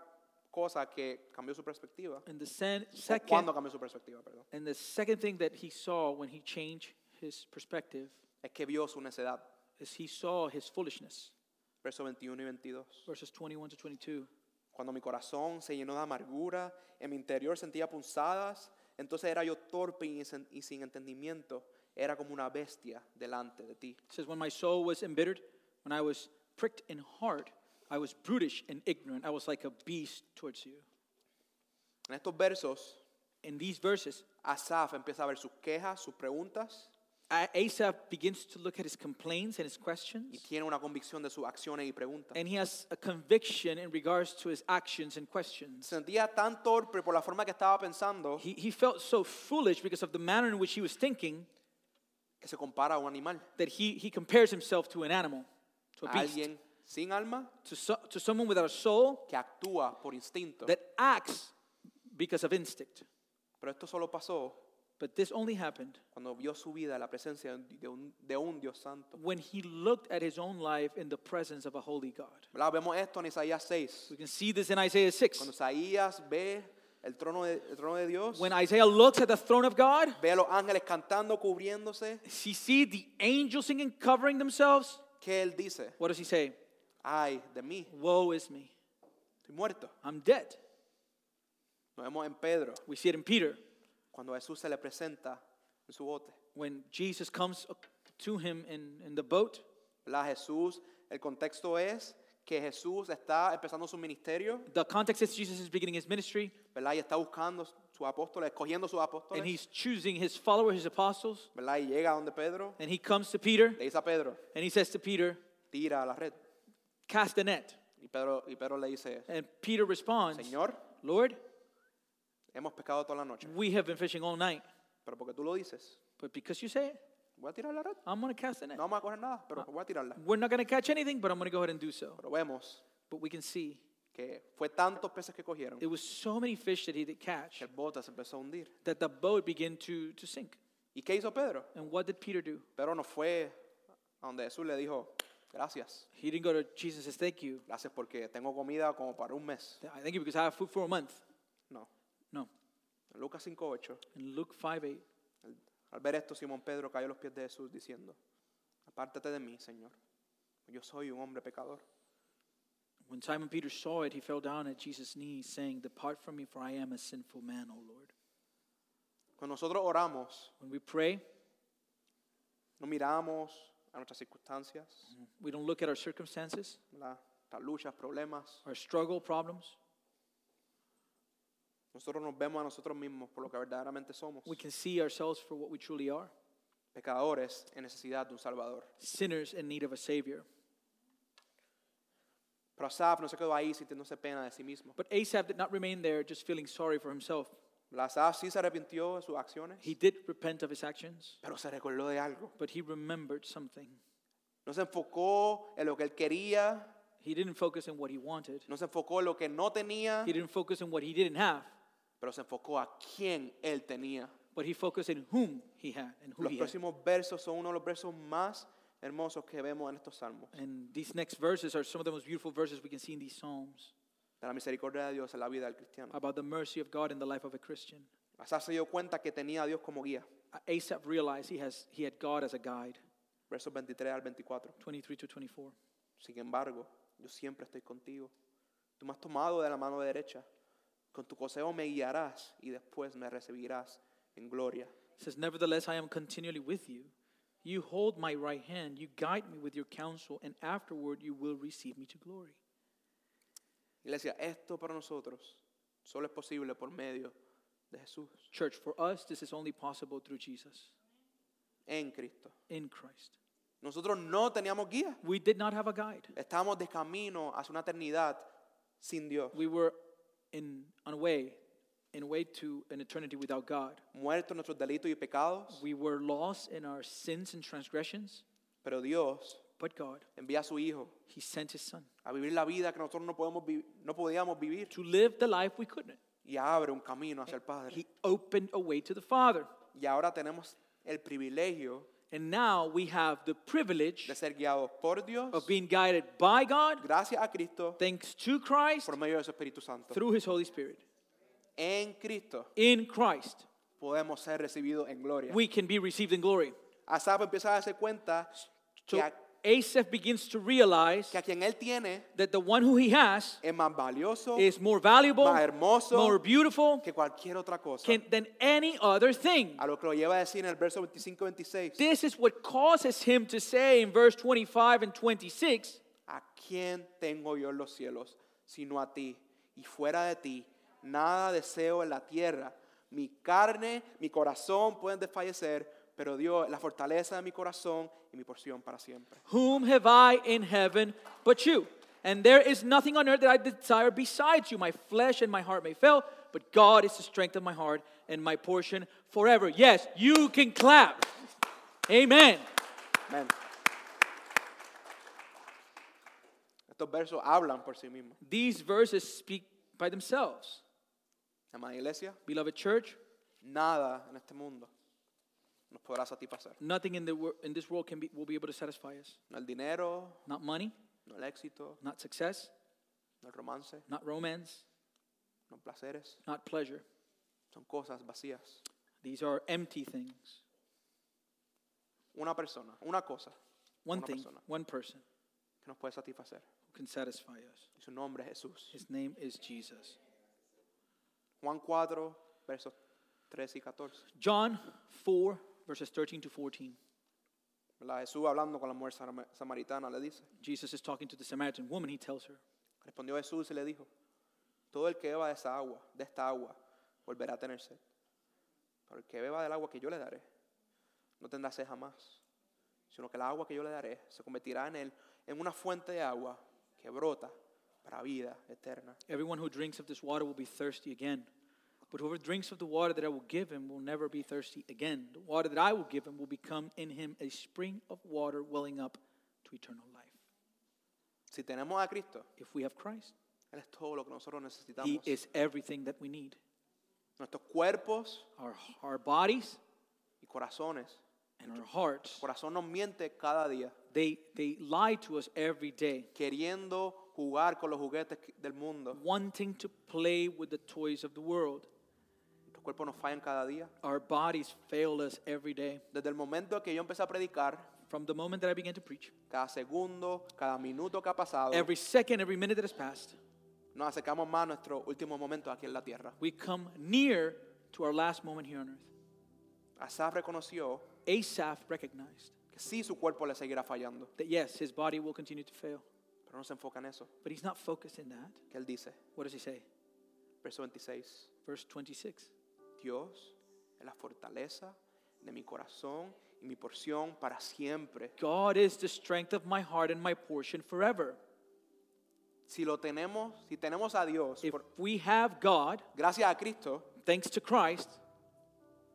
[SPEAKER 2] cosa que cambió su perspectiva,
[SPEAKER 1] And the sen-
[SPEAKER 2] o
[SPEAKER 1] second,
[SPEAKER 2] cuando cambió su perspectiva, perdón,
[SPEAKER 1] and the second thing that he saw when he changed his perspective
[SPEAKER 2] es que vio su necedad.
[SPEAKER 1] is he saw his foolishness.
[SPEAKER 2] Versos 21 y 22.
[SPEAKER 1] Verses 21 to 22.
[SPEAKER 2] Cuando mi corazón se llenó de amargura, en mi interior sentía punzadas, entonces era yo torpe y sen- y sin entendimiento, era como una bestia delante de ti.
[SPEAKER 1] It says, When my soul was embittered, when I was pricked in heart, I was brutish and ignorant. I was like a beast towards you.
[SPEAKER 2] En estos versos,
[SPEAKER 1] In these verses,
[SPEAKER 2] Asaf empieza a ver sus quejas, sus preguntas
[SPEAKER 1] A- Asaph begins to look at his complaints and his questions,
[SPEAKER 2] y tiene una convicción de sus acciones y preguntas.
[SPEAKER 1] and he has a conviction in regards to his actions and questions.
[SPEAKER 2] Sentía tan torpe por la forma que estaba pensando
[SPEAKER 1] He, he felt so foolish because of the manner in which he was thinking
[SPEAKER 2] que se compara a un animal,
[SPEAKER 1] that he, he compares himself to an animal, to a
[SPEAKER 2] a
[SPEAKER 1] beast,
[SPEAKER 2] alguien sin alma
[SPEAKER 1] to, so, to someone without a soul
[SPEAKER 2] que actúa por instinto.
[SPEAKER 1] that acts because of instinct.
[SPEAKER 2] Pero esto solo pasó
[SPEAKER 1] But this only happened
[SPEAKER 2] cuando vio su vida en la presencia de un, de un Dios santo.
[SPEAKER 1] when he looked at his own life in the presence of a holy God.
[SPEAKER 2] ¿Verdad? Vemos esto en Isaías 6.
[SPEAKER 1] We can see this in Isaiah 6.
[SPEAKER 2] Cuando Isaías ve el trono de, el trono de Dios,
[SPEAKER 1] When Isaiah looks at the throne of God,
[SPEAKER 2] ve a los ángeles cantando, cubriéndose,
[SPEAKER 1] he sees the angels singing, covering themselves.
[SPEAKER 2] que él dice,
[SPEAKER 1] What does he say?
[SPEAKER 2] ay de mí,
[SPEAKER 1] Woe is me.
[SPEAKER 2] estoy muerto.
[SPEAKER 1] I'm dead.
[SPEAKER 2] Nos vemos en Pedro,
[SPEAKER 1] We see it in Peter
[SPEAKER 2] cuando Jesús se le presenta en su bote.
[SPEAKER 1] when Jesus comes to him in, in the boat.
[SPEAKER 2] ¿Verdad? Jesús, el contexto es que Jesús está empezando su ministerio,
[SPEAKER 1] The context is Jesus is beginning his ministry
[SPEAKER 2] ¿verdad? Y está buscando sus apóstoles, escogiendo sus apóstoles,
[SPEAKER 1] and he's choosing his followers, his apostles.
[SPEAKER 2] ¿verdad? Y llega donde Pedro,
[SPEAKER 1] And he comes to Peter
[SPEAKER 2] le dice a Pedro,
[SPEAKER 1] and he says to Peter,
[SPEAKER 2] tira a la red.
[SPEAKER 1] Cast a net.
[SPEAKER 2] Y Pedro, y Pedro le dice,
[SPEAKER 1] And Peter responds,
[SPEAKER 2] Señor,
[SPEAKER 1] Lord,
[SPEAKER 2] hemos pecado toda la noche,
[SPEAKER 1] we have been fishing all night,
[SPEAKER 2] pero porque tú lo dices,
[SPEAKER 1] but because you say it,
[SPEAKER 2] voy a tirar la red.
[SPEAKER 1] I'm going to cast a net.
[SPEAKER 2] No vamos a coger nada, pero voy a tirarla.
[SPEAKER 1] We're not going to catch anything, but I'm going to go ahead and do so.
[SPEAKER 2] Pero vemos
[SPEAKER 1] But we can see
[SPEAKER 2] que fue tantos peces que cogieron
[SPEAKER 1] it was so many fish that he did catch
[SPEAKER 2] que el bote se empezó a hundir.
[SPEAKER 1] that the boat began to, to sink.
[SPEAKER 2] ¿Y qué hizo Pedro?
[SPEAKER 1] And what did Peter do?
[SPEAKER 2] Pedro no fue a donde Jesús le dijo, gracias,
[SPEAKER 1] He didn't go to Jesus and says, Thank you.
[SPEAKER 2] gracias porque tengo comida como para un mes.
[SPEAKER 1] I thank you because I have food for a month.
[SPEAKER 2] No,
[SPEAKER 1] No.
[SPEAKER 2] en Lucas 5.8,
[SPEAKER 1] In Luke 5 8,
[SPEAKER 2] al- al ver esto, Simón Pedro cayó a los pies de Jesús diciendo, apártate de mí, Señor, yo soy un hombre pecador.
[SPEAKER 1] when Simon Peter saw it, he fell down at Jesus' knees, saying, Depart from me, for I am a sinful man, O Lord.
[SPEAKER 2] Cuando nosotros oramos,
[SPEAKER 1] When we pray,
[SPEAKER 2] no miramos a nuestras circunstancias,
[SPEAKER 1] we don't look at our circumstances,
[SPEAKER 2] ¿verdad? las luchas, problemas.
[SPEAKER 1] our struggle, problems.
[SPEAKER 2] Nosotros nos vemos a nosotros mismos por lo que verdaderamente somos,
[SPEAKER 1] We can see ourselves for what we truly are
[SPEAKER 2] pecadores en necesidad de un Salvador.
[SPEAKER 1] sinners in need of a Savior.
[SPEAKER 2] Pero Asaf no se quedó ahí sintiéndose pena de sí mismo.
[SPEAKER 1] But Asaph did not remain there just feeling sorry for himself.
[SPEAKER 2] Asaf sí se arrepintió de sus acciones,
[SPEAKER 1] He did repent of his actions,
[SPEAKER 2] pero se recordó de algo.
[SPEAKER 1] but he remembered something.
[SPEAKER 2] No se enfocó en lo que él quería,
[SPEAKER 1] He didn't focus on what he wanted,
[SPEAKER 2] no se enfocó en lo que no tenía,
[SPEAKER 1] he didn't focus on what he didn't have,
[SPEAKER 2] pero se enfocó a quién él tenía.
[SPEAKER 1] but he focused on whom he had and who
[SPEAKER 2] Los
[SPEAKER 1] he had.
[SPEAKER 2] próximos versos son uno de los versos más hermosos que vemos en estos salmos.
[SPEAKER 1] And these next verses are some of the most beautiful verses we can see in these Psalms
[SPEAKER 2] De la misericordia de Dios en la vida del cristiano.
[SPEAKER 1] about the mercy of God in the life of a Christian.
[SPEAKER 2] Asaf se dio cuenta que tenía a Dios como guía.
[SPEAKER 1] Asaph realized he, has, he had God as a guide,
[SPEAKER 2] Versos 23 al 24.
[SPEAKER 1] 23 to 24.
[SPEAKER 2] Sin embargo, yo siempre estoy contigo. Tú me has tomado de la mano derecha. Con tu consejo me guiarás y después me recibirás en gloria.
[SPEAKER 1] It says, Nevertheless, I am continually with you. You hold my right hand, you guide me with your counsel, and afterward you will receive me to glory.
[SPEAKER 2] Iglesia, esto para nosotros solo es posible por medio de Jesús,
[SPEAKER 1] Church, for us, this is only possible through Jesus,
[SPEAKER 2] en Cristo.
[SPEAKER 1] in Christ.
[SPEAKER 2] Nosotros no teníamos guía.
[SPEAKER 1] We did not have a guide,
[SPEAKER 2] Estábamos de camino hacia una eternidad sin Dios,
[SPEAKER 1] we were in, on a way, in a way to an eternity without God.
[SPEAKER 2] muertos en nuestros delitos y pecados.
[SPEAKER 1] We were lost in our sins and transgressions,
[SPEAKER 2] Pero Dios
[SPEAKER 1] but God,
[SPEAKER 2] envía a su Hijo
[SPEAKER 1] He sent His Son
[SPEAKER 2] a vivir la vida que nosotros no, podemos vi- no podíamos vivir
[SPEAKER 1] to live the life we couldn't.
[SPEAKER 2] y abre un camino hacia el Padre.
[SPEAKER 1] He opened a way to the Father.
[SPEAKER 2] Y ahora tenemos el privilegio
[SPEAKER 1] And now we have the privilege
[SPEAKER 2] de ser guiados por Dios,
[SPEAKER 1] of being guided by God,
[SPEAKER 2] gracias a Cristo,
[SPEAKER 1] thanks to Christ,
[SPEAKER 2] por medio de su Espíritu Santo.
[SPEAKER 1] through His Holy Spirit.
[SPEAKER 2] En Cristo
[SPEAKER 1] In Christ,
[SPEAKER 2] podemos ser recibidos en gloria.
[SPEAKER 1] we can be received in glory.
[SPEAKER 2] Asaf empieza a darse cuenta que
[SPEAKER 1] So
[SPEAKER 2] a,
[SPEAKER 1] Asaph begins to realize
[SPEAKER 2] que a quien él tiene
[SPEAKER 1] that the one who he has
[SPEAKER 2] es más valioso
[SPEAKER 1] is more valuable,
[SPEAKER 2] Más hermoso.
[SPEAKER 1] more beautiful
[SPEAKER 2] que cualquier otra cosa.
[SPEAKER 1] can, than any other thing.
[SPEAKER 2] A lo que lo lleva a decir en el verso 25-26,
[SPEAKER 1] This is what causes him to say in verse 25 and 26
[SPEAKER 2] ¿a quién tengo yo en los cielos sino a ti? Y fuera de ti, nada deseo en la tierra. Mi carne, mi corazón pueden desfallecer, pero Dios es la fortaleza de mi corazón y mi porción para siempre.
[SPEAKER 1] Whom have I in heaven but you? And there is nothing on earth that I desire besides you. My flesh and my heart may fail, but God is the strength of my heart and my portion forever. Yes, you can clap. Amen.
[SPEAKER 2] Amén. Estos versos hablan por sí mismos.
[SPEAKER 1] These verses speak by themselves.
[SPEAKER 2] Amada iglesia,
[SPEAKER 1] Beloved church,
[SPEAKER 2] nada en este mundo nos podrá satisfacer.
[SPEAKER 1] nothing in, the, wor- in this world can be, will be able to satisfy us.
[SPEAKER 2] No el dinero,
[SPEAKER 1] Not money,
[SPEAKER 2] no el éxito,
[SPEAKER 1] not success,
[SPEAKER 2] no el romance,
[SPEAKER 1] not romance,
[SPEAKER 2] no placeres.
[SPEAKER 1] not pleasure.
[SPEAKER 2] Son cosas vacías.
[SPEAKER 1] These are empty things.
[SPEAKER 2] Una persona, una cosa
[SPEAKER 1] One
[SPEAKER 2] Una
[SPEAKER 1] thing,
[SPEAKER 2] persona.
[SPEAKER 1] one person
[SPEAKER 2] que nos puede satisfacer.
[SPEAKER 1] who can satisfy us.
[SPEAKER 2] Y su nombre es Jesús.
[SPEAKER 1] His name is Jesus.
[SPEAKER 2] Juan 4, versos 13 y 14.
[SPEAKER 1] John 4, verses 13 to 14.
[SPEAKER 2] ¿verdad? Jesús hablando con la mujer sarma- samaritana le dice.
[SPEAKER 1] Jesus is talking to the Samaritan woman. He tells her,
[SPEAKER 2] Respondió Jesús y le dijo, todo el que beba de esa agua, de esta agua, volverá a tener sed. Pero el que beba del agua que yo le daré, no tendrá sed jamás, sino que el agua que yo le daré se convertirá en él en una fuente de agua que brota para vida eterna.
[SPEAKER 1] Everyone who drinks of this water will be thirsty again. But whoever drinks of the water that I will give him will never be thirsty again. The water that I will give him will become in him a spring of water welling up to eternal life.
[SPEAKER 2] Si tenemos a Cristo,
[SPEAKER 1] If we have Christ,
[SPEAKER 2] Él es todo lo que nosotros necesitamos.
[SPEAKER 1] He is everything that we need.
[SPEAKER 2] Nuestros cuerpos
[SPEAKER 1] Our, our bodies
[SPEAKER 2] y corazones.
[SPEAKER 1] and our hearts,
[SPEAKER 2] El corazón nos miente cada día,
[SPEAKER 1] they, they lie to us every day,
[SPEAKER 2] queriendo jugar con los juguetes que- del mundo.
[SPEAKER 1] wanting to play with the toys of the world.
[SPEAKER 2] Nuestros cuerpos nos fallan cada día.
[SPEAKER 1] Our bodies fail us every day.
[SPEAKER 2] Desde el momento que yo empecé a predicar,
[SPEAKER 1] From the moment that I began to preach,
[SPEAKER 2] cada segundo, cada minuto que ha pasado,
[SPEAKER 1] every second, every minute that has passed,
[SPEAKER 2] nos acercamos más a nuestro último momento aquí en la tierra.
[SPEAKER 1] we come near to our last moment here on earth.
[SPEAKER 2] Asaf reconoció
[SPEAKER 1] Asaph recognized
[SPEAKER 2] que sí su cuerpo le seguirá fallando,
[SPEAKER 1] that yes, his body will continue to fail,
[SPEAKER 2] pero no se enfoca en eso.
[SPEAKER 1] but he's not focused in that.
[SPEAKER 2] Que él dice,
[SPEAKER 1] What does he say?
[SPEAKER 2] verso 26,
[SPEAKER 1] Verse 26
[SPEAKER 2] Dios es la fortaleza de mi corazón y mi porción para siempre.
[SPEAKER 1] God is the strength of my heart and my portion forever.
[SPEAKER 2] Si lo tenemos, si tenemos a Dios,
[SPEAKER 1] If
[SPEAKER 2] por-
[SPEAKER 1] we have God,
[SPEAKER 2] gracias a Cristo,
[SPEAKER 1] thanks to Christ,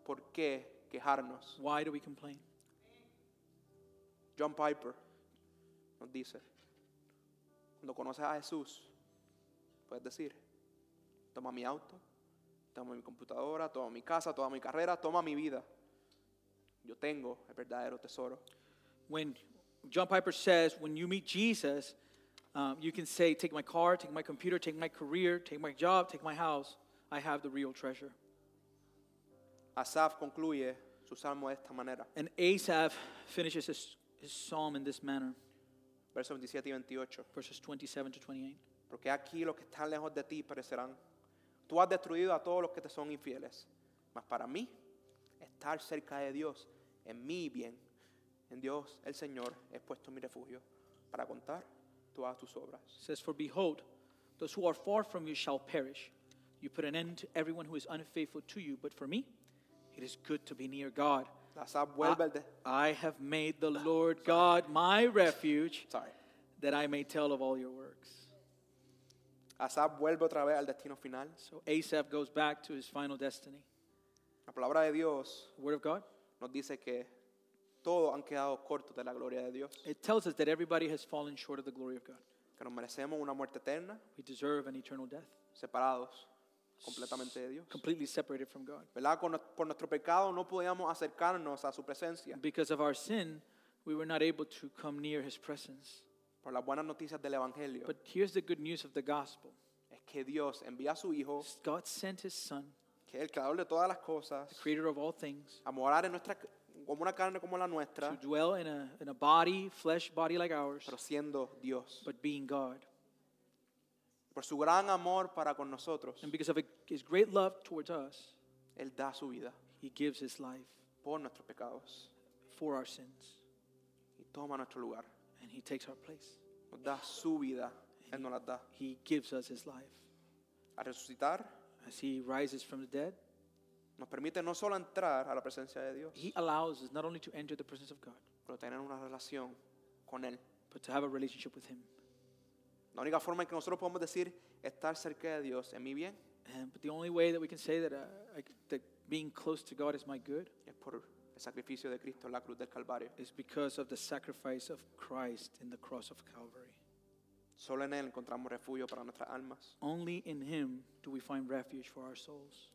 [SPEAKER 2] ¿por qué quejarnos?
[SPEAKER 1] why do we complain?
[SPEAKER 2] John Piper nos dice, cuando conoces a Jesús, puedes decir, toma mi auto, toma mi computadora, toma mi casa, toma mi carrera, toma mi vida. Yo tengo el verdadero tesoro.
[SPEAKER 1] When John Piper says, when you meet Jesus, um, you can say, Take my car, take my computer, take my career, take my job, take my house. I have the real treasure.
[SPEAKER 2] Asaf concluye su salmo de esta manera,
[SPEAKER 1] And Asaph finishes his, his psalm in this manner
[SPEAKER 2] versos 27 y 28.
[SPEAKER 1] verses 27 to 28.
[SPEAKER 2] Porque aquí los que están lejos de ti perecerán. Tú has destruido a todos los que te son infieles. Mas para mí, estar cerca de Dios es mi bien. En Dios, el Señor, he puesto mi refugio para contar todas tus obras.
[SPEAKER 1] It says, For behold, those who are far from you shall perish. You put an end to everyone who is unfaithful to you. But for me, it is good to be near God.
[SPEAKER 2] Asaf
[SPEAKER 1] Ah.
[SPEAKER 2] vuelve al de-
[SPEAKER 1] I have made the Lord God my refuge,
[SPEAKER 2] sorry.
[SPEAKER 1] that I may tell of all your works.
[SPEAKER 2] Asaf vuelve otra vez al destino final.
[SPEAKER 1] So Asaph goes back to his final destiny.
[SPEAKER 2] La palabra de Dios
[SPEAKER 1] The Word of God,
[SPEAKER 2] nos dice que todos han quedado cortos de la gloria de Dios,
[SPEAKER 1] it tells us that everybody has fallen short of the glory of God.
[SPEAKER 2] que nos merecemos una muerte eterna,
[SPEAKER 1] We deserve an eternal death,
[SPEAKER 2] separados completamente de Dios.
[SPEAKER 1] completely separated from God.
[SPEAKER 2] ¿verdad? Con nues- por nuestro pecado no podíamos acercarnos a su presencia.
[SPEAKER 1] Because of our sin, we were not able to come near his presence.
[SPEAKER 2] Por las buenas noticias del Evangelio
[SPEAKER 1] But here's the good news of the gospel
[SPEAKER 2] es que Dios envía a su Hijo,
[SPEAKER 1] God sent his Son,
[SPEAKER 2] que es el creador de todas las cosas,
[SPEAKER 1] the creator of all things,
[SPEAKER 2] a morar en nuestra, como una carne como la
[SPEAKER 1] to
[SPEAKER 2] nuestra,
[SPEAKER 1] dwell in a, in a body, flesh body like ours,
[SPEAKER 2] pero siendo Dios.
[SPEAKER 1] but being God.
[SPEAKER 2] Por su gran amor para con nosotros,
[SPEAKER 1] And because of his great love towards us,
[SPEAKER 2] Él da su vida
[SPEAKER 1] he gives his life
[SPEAKER 2] por nuestros pecados
[SPEAKER 1] for our sins,
[SPEAKER 2] y toma nuestro lugar.
[SPEAKER 1] and he takes our place.
[SPEAKER 2] Nos da su vida, Él nos la da.
[SPEAKER 1] He gives us his life.
[SPEAKER 2] Al resucitar,
[SPEAKER 1] As he rises from the dead,
[SPEAKER 2] Nos permite no solo entrar a la presencia de Dios,
[SPEAKER 1] He allows us not only to enter the presence of God,
[SPEAKER 2] pero tener una relación con Él.
[SPEAKER 1] but to have a relationship with Him.
[SPEAKER 2] La única forma en que nosotros podemos decir estar cerca de Dios en mi bien
[SPEAKER 1] And, but the only way that we can say that, uh, I, that being close to God is my good
[SPEAKER 2] es por el sacrificio de Cristo en la cruz del Calvario.
[SPEAKER 1] is because of the sacrifice of Christ in the cross of Calvary.
[SPEAKER 2] Solo en Él encontramos refugio para nuestras almas.
[SPEAKER 1] Only in Him do we find refuge for our souls.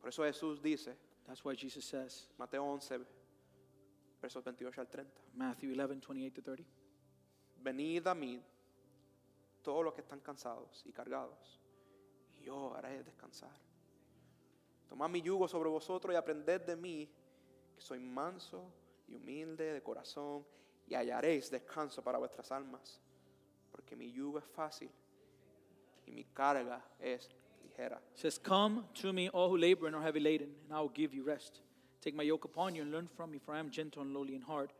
[SPEAKER 2] Por eso Jesús dice,
[SPEAKER 1] That's why Jesus says,
[SPEAKER 2] Mateo 11, versos 28 al 30,
[SPEAKER 1] Matthew 11, 28 to 30,
[SPEAKER 2] Venid a mí todos los que están cansados y cargados, y yo haré descansar. Tomad mi yugo sobre vosotros y aprended de mí, que soy manso y humilde de corazón, y hallaréis descanso para vuestras almas, porque mi yugo es fácil y mi carga es ligera.
[SPEAKER 1] says, Come to me, all who labor and are heavy laden, and I will give you rest. Take my yoke upon you and learn from me, for I am gentle and lowly in heart,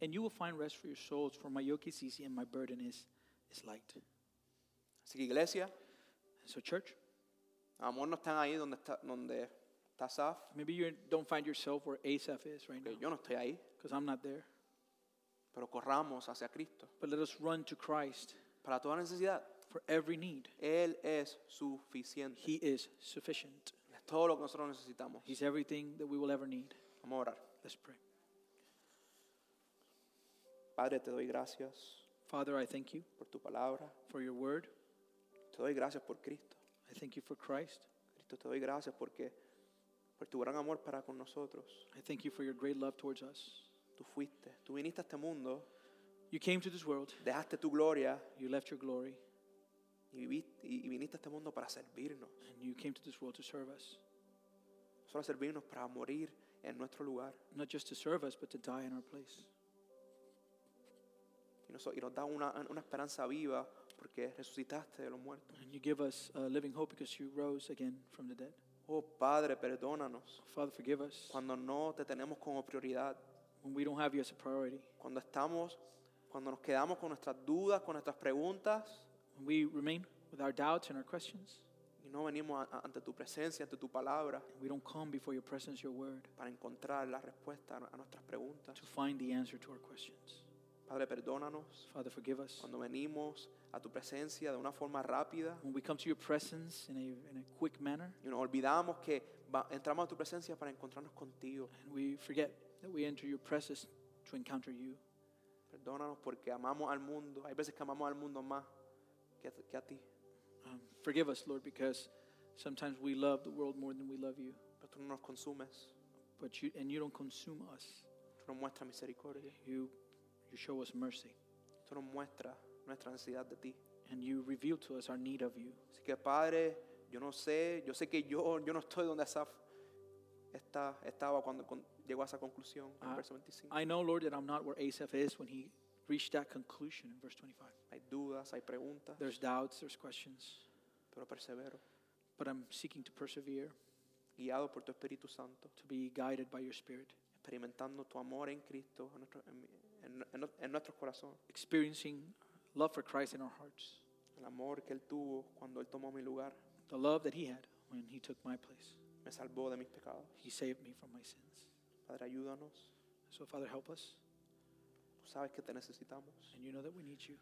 [SPEAKER 1] and you will find rest for your souls, for my yoke is easy and my burden is, is light.
[SPEAKER 2] Así que iglesia,
[SPEAKER 1] So, church,
[SPEAKER 2] amor no están ahí donde está, donde está Saf,
[SPEAKER 1] maybe you don't find yourself where Asaph is right
[SPEAKER 2] porque
[SPEAKER 1] now,
[SPEAKER 2] yo no estoy ahí,
[SPEAKER 1] because I'm not there.
[SPEAKER 2] pero corramos hacia Cristo
[SPEAKER 1] But let us run to Christ
[SPEAKER 2] para toda necesidad.
[SPEAKER 1] for every need.
[SPEAKER 2] Él es suficiente.
[SPEAKER 1] He is sufficient.
[SPEAKER 2] Es todo lo que nosotros necesitamos.
[SPEAKER 1] He's everything that we will ever need.
[SPEAKER 2] Vamos a orar.
[SPEAKER 1] Let's pray.
[SPEAKER 2] Padre, te doy gracias
[SPEAKER 1] Father, I thank you
[SPEAKER 2] por tu palabra.
[SPEAKER 1] for your word.
[SPEAKER 2] Te doy gracias por Cristo.
[SPEAKER 1] I thank you for Christ.
[SPEAKER 2] Cristo, te doy gracias porque por tu gran amor para con nosotros.
[SPEAKER 1] I thank you for your great love towards us.
[SPEAKER 2] Tú fuiste, tú viniste a este mundo,
[SPEAKER 1] You came to this world,
[SPEAKER 2] dejaste tu gloria
[SPEAKER 1] you left your glory,
[SPEAKER 2] y, vivi- y- y viniste a este mundo para servirnos.
[SPEAKER 1] and you came to this world to serve us.
[SPEAKER 2] Solo servirnos para morir en nuestro lugar.
[SPEAKER 1] Not just to serve us, but to die in our place.
[SPEAKER 2] Y nos, y nos da una, una esperanza viva porque resucitaste de los muertos.
[SPEAKER 1] And you give us a living hope because you rose again from the dead.
[SPEAKER 2] Oh Padre, perdónanos
[SPEAKER 1] Father, forgive us
[SPEAKER 2] cuando no te tenemos como prioridad.
[SPEAKER 1] when we don't have you as a priority,
[SPEAKER 2] cuando estamos, cuando nos quedamos con nuestras dudas, con nuestras preguntas,
[SPEAKER 1] when we remain with our doubts and our questions,
[SPEAKER 2] y no venimos a- a- ante tu presencia, ante tu palabra,
[SPEAKER 1] and we don't come before your presence, your word,
[SPEAKER 2] para encontrar la respuesta a a nuestras preguntas.
[SPEAKER 1] to find the answer to our questions.
[SPEAKER 2] Padre, perdónanos
[SPEAKER 1] Father, forgive us
[SPEAKER 2] cuando venimos a tu presencia de una forma rápida
[SPEAKER 1] when we come to your presence in a, in a quick manner,
[SPEAKER 2] y nos olvidamos que va- entramos a tu presencia para encontrarnos contigo.
[SPEAKER 1] and we forget that we enter your presence to encounter you.
[SPEAKER 2] Perdónanos porque amamos al mundo. Hay veces que amamos al mundo más que a, que a ti.
[SPEAKER 1] Um, forgive us, Lord, because sometimes we love the world more than we love you,
[SPEAKER 2] Pero tú no nos consumes.
[SPEAKER 1] but you and you don't consume us.
[SPEAKER 2] Tú nos muestras misericordia.
[SPEAKER 1] You you show us mercy,
[SPEAKER 2] Tú nos muestras nuestra necesidad de ti.
[SPEAKER 1] and you reveal to us our need of you.
[SPEAKER 2] Así que Padre, yo no sé, yo sé que yo, yo no estoy donde Asaf está, estaba cuando con- llegó a esa conclusión en el
[SPEAKER 1] Ah.
[SPEAKER 2] verso 25.
[SPEAKER 1] I know, Lord, that I'm not where Asaph is when he reached that conclusion in verse 25.
[SPEAKER 2] Hay dudas, hay preguntas,
[SPEAKER 1] There's doubts, there's questions,
[SPEAKER 2] pero persevero,
[SPEAKER 1] but I'm seeking to persevere,
[SPEAKER 2] guiado por tu Espíritu Santo,
[SPEAKER 1] to be guided by your Spirit,
[SPEAKER 2] experimentando tu amor en Cristo en, nuestro- en mi- en- en- en nuestros corazones,
[SPEAKER 1] experiencing love for Christ in our hearts.
[SPEAKER 2] el amor que Él tuvo cuando Él tomó mi lugar,
[SPEAKER 1] the love that he had when he took my place.
[SPEAKER 2] me salvó de mis pecados.
[SPEAKER 1] He saved me from my sins.
[SPEAKER 2] Padre, ayúdanos,
[SPEAKER 1] So, Father, help us,
[SPEAKER 2] tú sabes que te necesitamos,
[SPEAKER 1] and you know that we need you.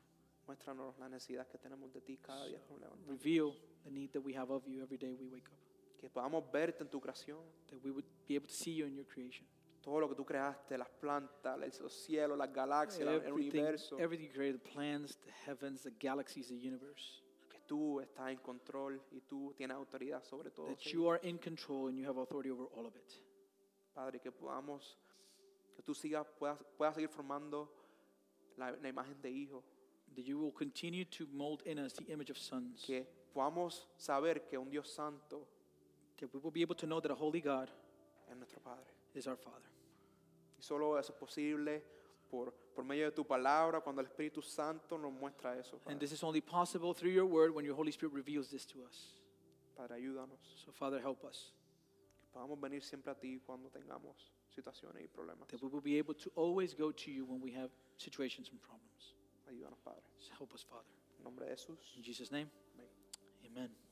[SPEAKER 2] muéstranos la necesidad que tenemos de ti cada día que nos levantamos,
[SPEAKER 1] Reveal the need that we have of you every day we wake up,
[SPEAKER 2] que podamos verte en tu creación,
[SPEAKER 1] that we would be able to see you in your creation.
[SPEAKER 2] todo lo que tú creaste, las plantas, el- los cielos, las galaxias, la- el
[SPEAKER 1] Everything,
[SPEAKER 2] universo,
[SPEAKER 1] everything you created the plans, the heavens, the galaxies, the universe
[SPEAKER 2] que tú estás en control y tú tienes autoridad sobre todo.
[SPEAKER 1] that
[SPEAKER 2] Señor.
[SPEAKER 1] you are in control and you have authority over all of it.
[SPEAKER 2] Padre, que podamos, que tú sigas, puedas, puedas seguir formando la, la imagen de hijo,
[SPEAKER 1] That you will continue to mold in us the image of sons.
[SPEAKER 2] que podamos saber que un Dios santo
[SPEAKER 1] That we will be able to know that a holy God
[SPEAKER 2] es nuestro Padre.
[SPEAKER 1] is our Father.
[SPEAKER 2] Y solo eso es posible por, por medio de tu palabra, cuando el Espíritu Santo nos muestra eso.
[SPEAKER 1] And
[SPEAKER 2] Padre,
[SPEAKER 1] this is only possible through your word when your Holy Spirit reveals this to us.
[SPEAKER 2] Padre ayúdanos,
[SPEAKER 1] So, Father, help us.
[SPEAKER 2] que podamos venir siempre a ti cuando tengamos situaciones y problemas.
[SPEAKER 1] that we will be able to always go to you when we have situations and problems.
[SPEAKER 2] Ayúdanos, Padre.
[SPEAKER 1] So help us, Father.
[SPEAKER 2] En nombre de Jesús.
[SPEAKER 1] In Jesus' name,
[SPEAKER 2] Amén.
[SPEAKER 1] amen.